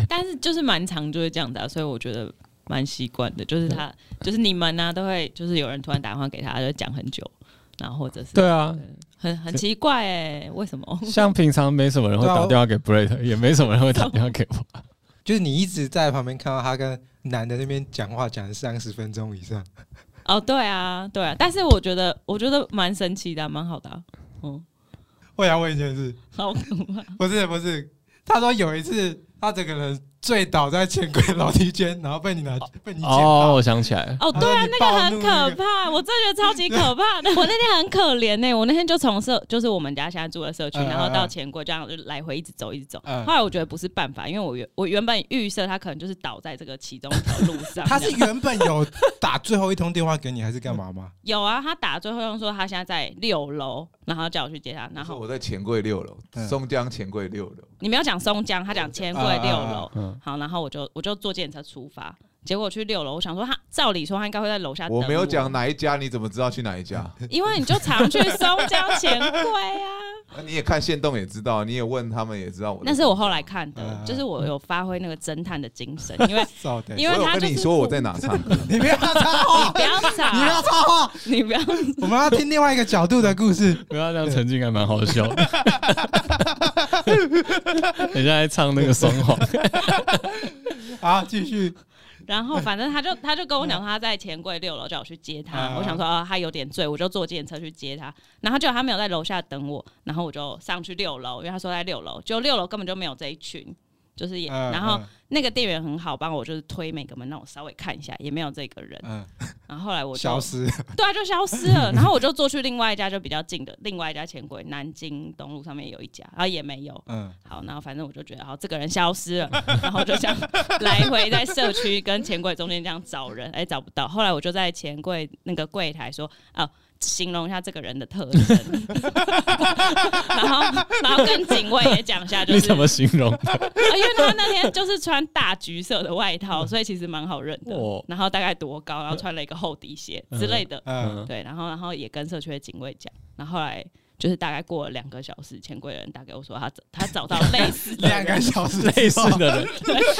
Speaker 4: 但是就是蛮长就会这样的啊、所以我觉得蛮习惯的。就是他，就是你们呢、都会就是有人突然打电话给他，就讲很久，然后或者是
Speaker 2: 对啊，
Speaker 4: 很很奇怪哎、为什 么？
Speaker 2: 像平常没什么人会
Speaker 3: 对啊
Speaker 2: 打
Speaker 3: 我
Speaker 2: 电话给 Brett，也没什么人会打电话给 我。
Speaker 3: 就是你一直在旁边看到他跟男的那边讲话，讲三十分钟以上，
Speaker 4: 哦，对啊，对啊。但是我觉得我觉得蛮神奇的啊、蛮好的、啊。嗯，
Speaker 3: 我想问一件事，
Speaker 4: 好可怕。
Speaker 3: 不是不是，他说有一次他整个人醉倒在钱柜楼梯间，然后被你拿被你捡
Speaker 2: 哦，
Speaker 3: 到，
Speaker 2: 我想起来了，
Speaker 4: 哦，对啊，
Speaker 3: 你
Speaker 4: 那
Speaker 3: 暴
Speaker 4: 个
Speaker 3: 怒
Speaker 4: 很
Speaker 3: 那
Speaker 4: 可
Speaker 3: 个
Speaker 4: 怕，我真的觉得超级可怕的。 我那天很可怜呢、我那天就从社，就是我们家现在住的社区，
Speaker 3: 嗯
Speaker 4: 然后
Speaker 3: 嗯
Speaker 4: 到
Speaker 3: 嗯
Speaker 4: 钱柜这样就来回一直走，一直走。
Speaker 3: 嗯。
Speaker 4: 后来我觉得不是办法，因为我原我原本预设他可能就是倒在这个其中一条路上
Speaker 3: 他
Speaker 4: 这
Speaker 3: 是
Speaker 4: 样
Speaker 3: 原本有打最后一通电话给你，还是干嘛吗？
Speaker 4: 有啊，他打最后用说他现在在六楼，然后叫我去接他。然
Speaker 5: 然后
Speaker 4: 后
Speaker 5: 我在钱柜六楼，
Speaker 3: 嗯
Speaker 5: 松江钱柜六楼，
Speaker 4: 你没有讲松江，他讲钱柜
Speaker 3: 啊啊啊
Speaker 4: 六楼。
Speaker 2: 嗯，
Speaker 4: 好，然后我就我就坐电车出发，结果去六楼，我想说他照理说他应该会在楼下等
Speaker 5: 我没有讲哪一家，你怎么知道去哪一家？
Speaker 4: 因为你就常去松江钱柜啊。
Speaker 5: 那你也看线动也知道，你也问他们也知 道我。
Speaker 4: 那是我后来看的，
Speaker 5: 啊
Speaker 3: 嗯
Speaker 4: 就是我有发挥那个侦探的精神，因为
Speaker 3: 少的，
Speaker 4: 因
Speaker 5: 我
Speaker 4: 为
Speaker 5: 有
Speaker 4: 他就
Speaker 5: 跟
Speaker 4: 是
Speaker 5: 你说我在哪唱歌，
Speaker 3: 你不要插话，
Speaker 4: 不要
Speaker 3: 你不要
Speaker 4: 吵，
Speaker 3: 插话，
Speaker 4: 你不要，
Speaker 3: 我们要听另外一个角度的故事。
Speaker 2: 不要这样沉浸感蛮好笑 的。人家在唱那个双簧，
Speaker 3: 好，继续。
Speaker 4: 然
Speaker 3: 嗯
Speaker 4: 后反正他就他就跟我讲说他在钱柜六楼叫我去接他，
Speaker 3: 嗯
Speaker 4: 我想说啊他有点醉，我就坐电车去接他，然后结果他没有在楼下等我，然后我就上去六楼，因为他说在六楼，就六楼根本就没有这一群，就是也，
Speaker 3: 嗯
Speaker 4: 然后那个店员很好，帮我就是推每个门让我稍微看一下，也没有这个人，
Speaker 3: 嗯，
Speaker 4: 然后后来我
Speaker 3: 嗯
Speaker 4: 就
Speaker 3: 消失。
Speaker 4: 对啊，就消失了。 然后我就坐去另外一家就比较近的另外一家钱柜，南京东路上面有一家，然后也没有。
Speaker 3: 嗯，
Speaker 4: 好，然后反正我就觉得，好，这个人消失了， 然后就想来回在社区跟钱柜中间这样找人，哎、找不到。后来我就在钱柜那个柜台说，啊、形容一下这个人的特征， 然后然后跟警卫也讲 一下，就
Speaker 2: 你
Speaker 4: 是、
Speaker 2: 怎么形容？
Speaker 4: 啊 因为他那天就是穿大橘色的外
Speaker 3: 嗯
Speaker 4: 套，所以其实蛮好认的
Speaker 2: 哦。
Speaker 4: 然后大概多高，然后穿了一个厚底鞋之类的，
Speaker 3: 嗯，
Speaker 2: 嗯
Speaker 4: 对，然后然后也跟社区的警卫讲，然后后来就是大概过了两个小时，钱柜的人打给我说他找他找到类似的
Speaker 3: 两
Speaker 4: 人，
Speaker 3: 个小时
Speaker 2: 类似的人，
Speaker 4: 真的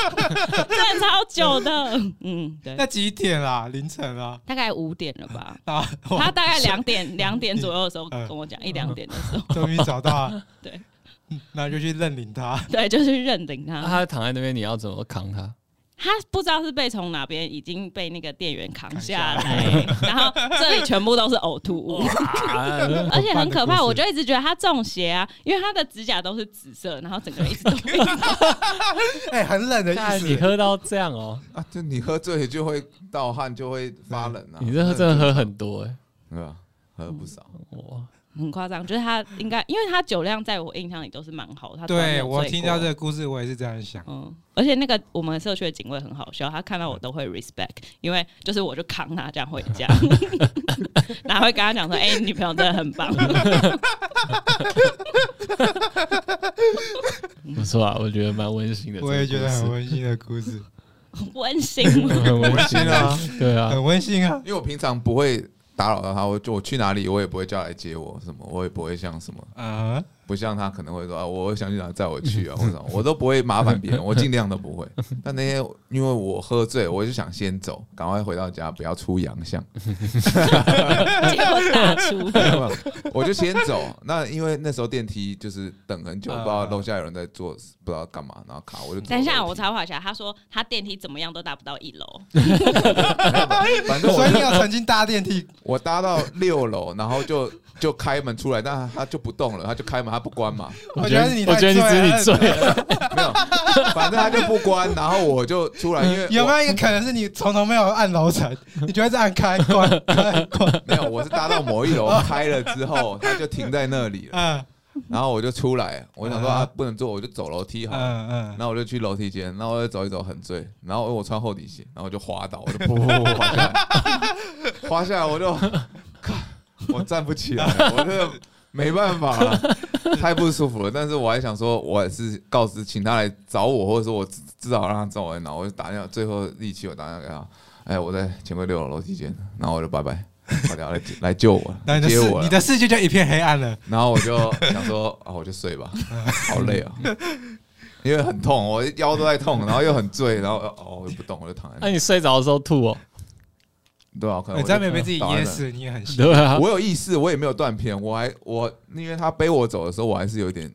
Speaker 4: 超久的，嗯，对
Speaker 3: 那，几点啦？凌晨啊。
Speaker 4: 大概五点了吧。
Speaker 3: 啊，
Speaker 4: 他
Speaker 3: 我
Speaker 4: 大概两点两点左右的时候
Speaker 3: 嗯
Speaker 4: 跟我讲，一两点的时候，
Speaker 3: 终于找到了。
Speaker 4: 对
Speaker 3: 嗯，那就去认领 他。
Speaker 4: 对，就是认领
Speaker 2: 啊
Speaker 4: 他。
Speaker 2: 他躺在那边，你要怎么扛他？
Speaker 4: 他不知道是被从哪边已经被那个店员扛
Speaker 3: 扛
Speaker 4: 下
Speaker 3: 下哦
Speaker 4: 来， 然后这里全部都是呕吐物，
Speaker 2: 啊
Speaker 4: 而且很可
Speaker 3: 好棒的故事
Speaker 4: 怕。我就一直觉得他中邪啊，因为他的指甲都是紫色，然后整个人一直都 一直
Speaker 3: 哎，很冷的
Speaker 2: 干
Speaker 3: 意
Speaker 2: 你
Speaker 3: 思。
Speaker 2: 喝到这样哦，
Speaker 5: 啊，就你喝醉就会盗汗，就会发冷啊。
Speaker 2: 你这真的喝很多哎，
Speaker 5: 对吧？喝不少，
Speaker 2: 哇，
Speaker 4: 很夸张，就是他应该，因为他酒量在我印象里都是蛮好，他从来没
Speaker 3: 对
Speaker 4: 有醉
Speaker 3: 我
Speaker 4: 过
Speaker 3: 听到这，个故事，我也是这样想。
Speaker 4: 嗯，而且那个我们社区的警卫很好笑，他看到我都会 respect，因为就是我就扛他这样回 家，然后会跟他讲说，哎、你女朋友真的很棒，
Speaker 2: 不错啊，我觉得蛮温馨的。
Speaker 3: 我也觉得
Speaker 2: 这个
Speaker 3: 很
Speaker 2: 故事
Speaker 3: 温馨的故事，
Speaker 4: 温馨吗？
Speaker 2: 很温馨啊， 对啊，
Speaker 3: 很温馨啊。
Speaker 5: 因为我平常不会打扰到他，我就我去哪里我也不会叫来接我，什么我也不会像什么，
Speaker 3: 啊，
Speaker 5: 不像他可能会说啊，我想去哪载我
Speaker 3: 嗯
Speaker 5: 去啊，或者什 么我都不会麻烦别人，我尽量都不会。但那天因为我喝醉，我就想先走，赶快回到家，不要出洋 相。
Speaker 4: 结果大出，
Speaker 5: 我就先走。那因为那时候电梯就是等很久，
Speaker 3: 啊
Speaker 5: 不知道楼下有人在做，不知道干嘛，然后卡我就走
Speaker 4: 等一下
Speaker 5: 楼
Speaker 4: 我
Speaker 5: 梯
Speaker 4: 插话一下，他说他电梯怎么样都达不到一楼，哎
Speaker 5: 反正
Speaker 3: 所以你
Speaker 5: 我
Speaker 3: 有曾经搭电梯，
Speaker 5: 我搭到六楼，然后就就开门出来，但他就不动了，他就开门，他不关嘛，
Speaker 3: 我觉得你太
Speaker 2: 我觉得你只是
Speaker 3: 醉
Speaker 2: 你醉 了，
Speaker 5: 没有，反正他就不关，然后我就出啊来，因为
Speaker 3: 有没
Speaker 5: 我
Speaker 3: 有一个可能是你从头没有按楼层，你就会这样开关开关？
Speaker 5: 没有，我是搭到某一楼开了之后，他就停在那里了，
Speaker 3: 嗯
Speaker 5: 然后我就出来，我想说
Speaker 3: 啊
Speaker 5: 啊不能坐，我就走楼梯好了。
Speaker 3: 嗯嗯
Speaker 5: 然。后我就去楼梯间，然后我就走一走，很醉。然后哎我穿厚底鞋，然后我就滑倒， 我就噗噗噗噗滑下来，滑下来我就，看我站 不起来，我真的没办法了，太不舒服了。但是我还想说，我也是告知请他来找我，或者说我至至少让他找我来拿。我就打电话，最后力气我打电话给他，哎，我在前面六楼楼梯间，然后我就拜拜，快点来来救 我，
Speaker 3: 那
Speaker 5: 来
Speaker 3: 你的
Speaker 5: 接
Speaker 3: 世
Speaker 5: 我
Speaker 3: 你
Speaker 5: 了。
Speaker 3: 的世界就一片黑暗了。
Speaker 5: 然后我就想说啊，我就睡吧，好 累啊，因为很痛，我腰都在痛，然后又很醉，然后哦我又不动，我就躺在
Speaker 2: 那
Speaker 5: 那，
Speaker 2: 你睡着的时候吐 哦，
Speaker 5: 对啊，可能
Speaker 3: 你
Speaker 5: 我
Speaker 3: 在
Speaker 5: 就
Speaker 3: 没有被自己
Speaker 5: 倒在
Speaker 3: 噎
Speaker 5: 那。
Speaker 3: 死，你也很幸
Speaker 2: 对啊，
Speaker 5: 我有意识，我也没有断片，我还我因为他背我走的时候，我还是有点，
Speaker 3: 运。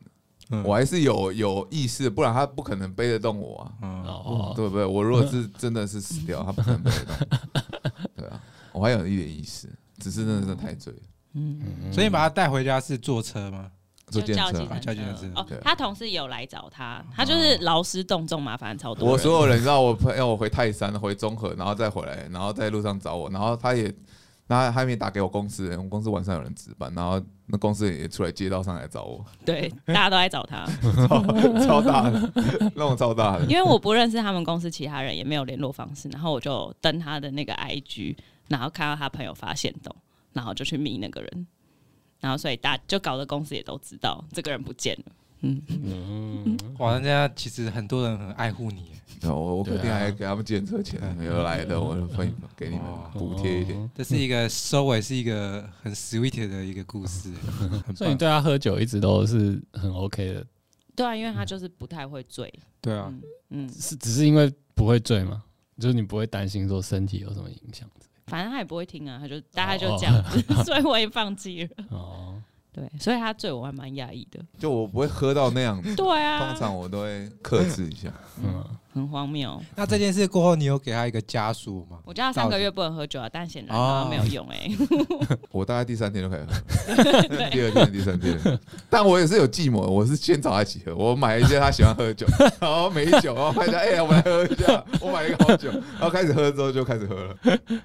Speaker 5: 我还是有有意识，不然他不可能背得动我啊，
Speaker 3: 嗯，
Speaker 2: 哦，
Speaker 5: 对不对？我如果是真的是死掉，他不可能背得动，对啊，我还有一点意识，只是真的是太醉了，
Speaker 4: 嗯，
Speaker 3: 所以把他带回家是坐车吗？
Speaker 5: 做
Speaker 4: 就
Speaker 5: 兼
Speaker 4: 叫嗯
Speaker 5: 职
Speaker 4: 计
Speaker 5: 啊。
Speaker 3: 叫计
Speaker 4: 程
Speaker 3: 程车
Speaker 4: 哦
Speaker 5: 对，
Speaker 4: 他同事有来找他，他就是劳师动众，麻烦超多人。
Speaker 5: 我所有人，你知道我朋友我回泰山，回中和，然后再回来，然后在路上找我，然后他也，那他也打给我公司，我们公司晚上有人值班，然后那公司也出来街道上来找我，
Speaker 4: 对，大家都在找 他，
Speaker 5: 超超大的，那种超大的，
Speaker 4: 因为我不认识他们公司其他人，也没有联络方式，然后我就登他的那个 IG，然后看到他朋友发现动，然后就去密那个人，然后所以大就搞得公司也都知道这个人不见了。
Speaker 3: 哇，那这样其实很多人很爱护你耶，
Speaker 5: 然后我我肯定还给他们检测钱，有来的我就分给你们补贴一点。
Speaker 3: 这是一个收尾，是一个很 sweet 的一个故事，很
Speaker 2: 所以你
Speaker 3: 棒。
Speaker 2: 对他喝酒一直都是很 OK 的，
Speaker 4: 对啊，因为他就是不太会醉，
Speaker 3: 对啊，
Speaker 4: 嗯，
Speaker 2: 是只是因为不会醉吗？就是你不会担心说身体有什么影响
Speaker 4: 反正他也不会听啊，他就大概就这样子， 所以我也放弃了。
Speaker 2: 哦。
Speaker 4: 对，所以他醉我还蛮讶异的。
Speaker 5: 就我不会喝到那样子，
Speaker 4: 对啊，
Speaker 5: 通常我都会克制一下。
Speaker 2: 嗯，
Speaker 4: 很荒谬。
Speaker 3: 那这件事过后，你有给他一个家属吗？
Speaker 4: 我叫他三个月不能喝酒啊，但显然
Speaker 5: 哦
Speaker 4: 他没有用 哎、
Speaker 5: 我大概第三天就开始喝， 第二天、第三天，但我也是有计谋，我是先找他一起喝，我买一些他喜欢喝的酒，然后美酒，然后大家哎、我们来喝一下，我买一个好酒，然后开始喝之后就开始喝了，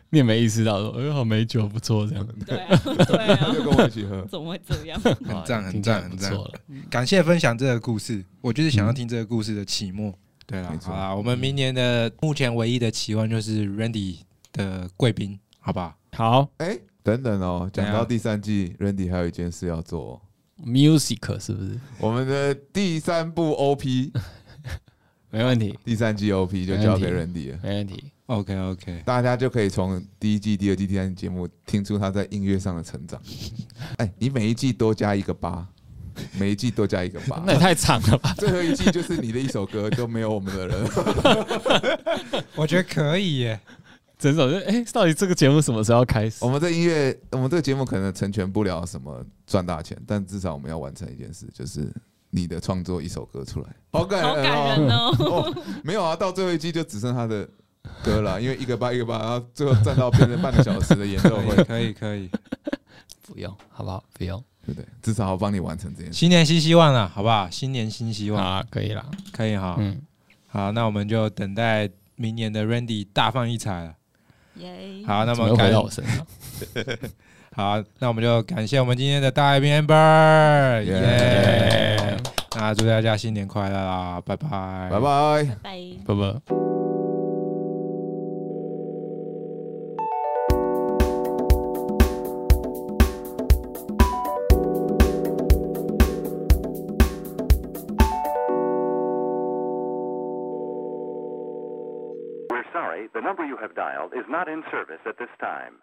Speaker 2: 你也没意识到说，哎、好美酒不错这样，
Speaker 4: 对啊，对
Speaker 5: 他就
Speaker 4: 啊，
Speaker 5: 跟我一起喝。
Speaker 4: 怎么会这样？
Speaker 3: 很赞，很
Speaker 2: 哦听起来不
Speaker 3: 赞，很赞。
Speaker 2: 错了。
Speaker 3: 感谢分享这个故事，我就是想要听这个故事的起末。对了
Speaker 5: 没，错
Speaker 3: 好啦，我们明年的目前唯一的期望就是 Randy 的贵宾，好不好？
Speaker 2: 好
Speaker 5: 哎、等等哦，
Speaker 3: 怎样
Speaker 5: 讲到第三季，Randy 哦还有一件事要做哦，
Speaker 2: ，music 是不是？
Speaker 5: 我们的第三部 OP，
Speaker 2: 没问题，
Speaker 5: 第三季 OP 就交给 Randy 了。
Speaker 2: 没问题。
Speaker 3: OK OK，
Speaker 5: 大家就可以从第一季、第二季、第三季节目听出他在音乐上的成长。哎，你每一季多加一个八，每一季多加一个 八
Speaker 2: 那，也太长了吧？
Speaker 5: 最后一季就是你的一首歌都没有我们的人，
Speaker 3: 我觉得可以耶。
Speaker 2: 整首就哎、到底这个节目什么时候要开始
Speaker 5: 我？
Speaker 3: 哦
Speaker 5: 们这音乐，我们这个节目可能成全不了什么赚大钱，但至少我们要完成一件事，就是你的创作一首歌出来，好感
Speaker 4: 好感人
Speaker 5: 哦！
Speaker 4: 哦！
Speaker 5: 哦，没有啊，到最后一季就只剩他的歌了，因为一个八一个八，然后最后站到变成半个小时的演奏会
Speaker 3: 可以，可以可以，
Speaker 2: 不用，好不好？不用
Speaker 5: 对不对？至少我帮你完成这件事。
Speaker 3: 新年新希望了，好不好？新年新希望，
Speaker 2: 啊，可以啦。
Speaker 3: 可以哈。
Speaker 2: 嗯，
Speaker 3: 好，那我们就等待明年的 Randy 大放异彩了。
Speaker 4: 耶，
Speaker 3: 好，那
Speaker 2: 怎么
Speaker 3: 么
Speaker 2: 又回
Speaker 3: 感
Speaker 2: 到我身上？
Speaker 3: 好，那我们就感谢我们今天的大来宾 Amber，耶那祝大家新年快乐啦，拜拜，
Speaker 5: 拜。拜。
Speaker 4: 拜。
Speaker 2: 不不。
Speaker 1: We're sorry, the number you have dialed is not in service at this time.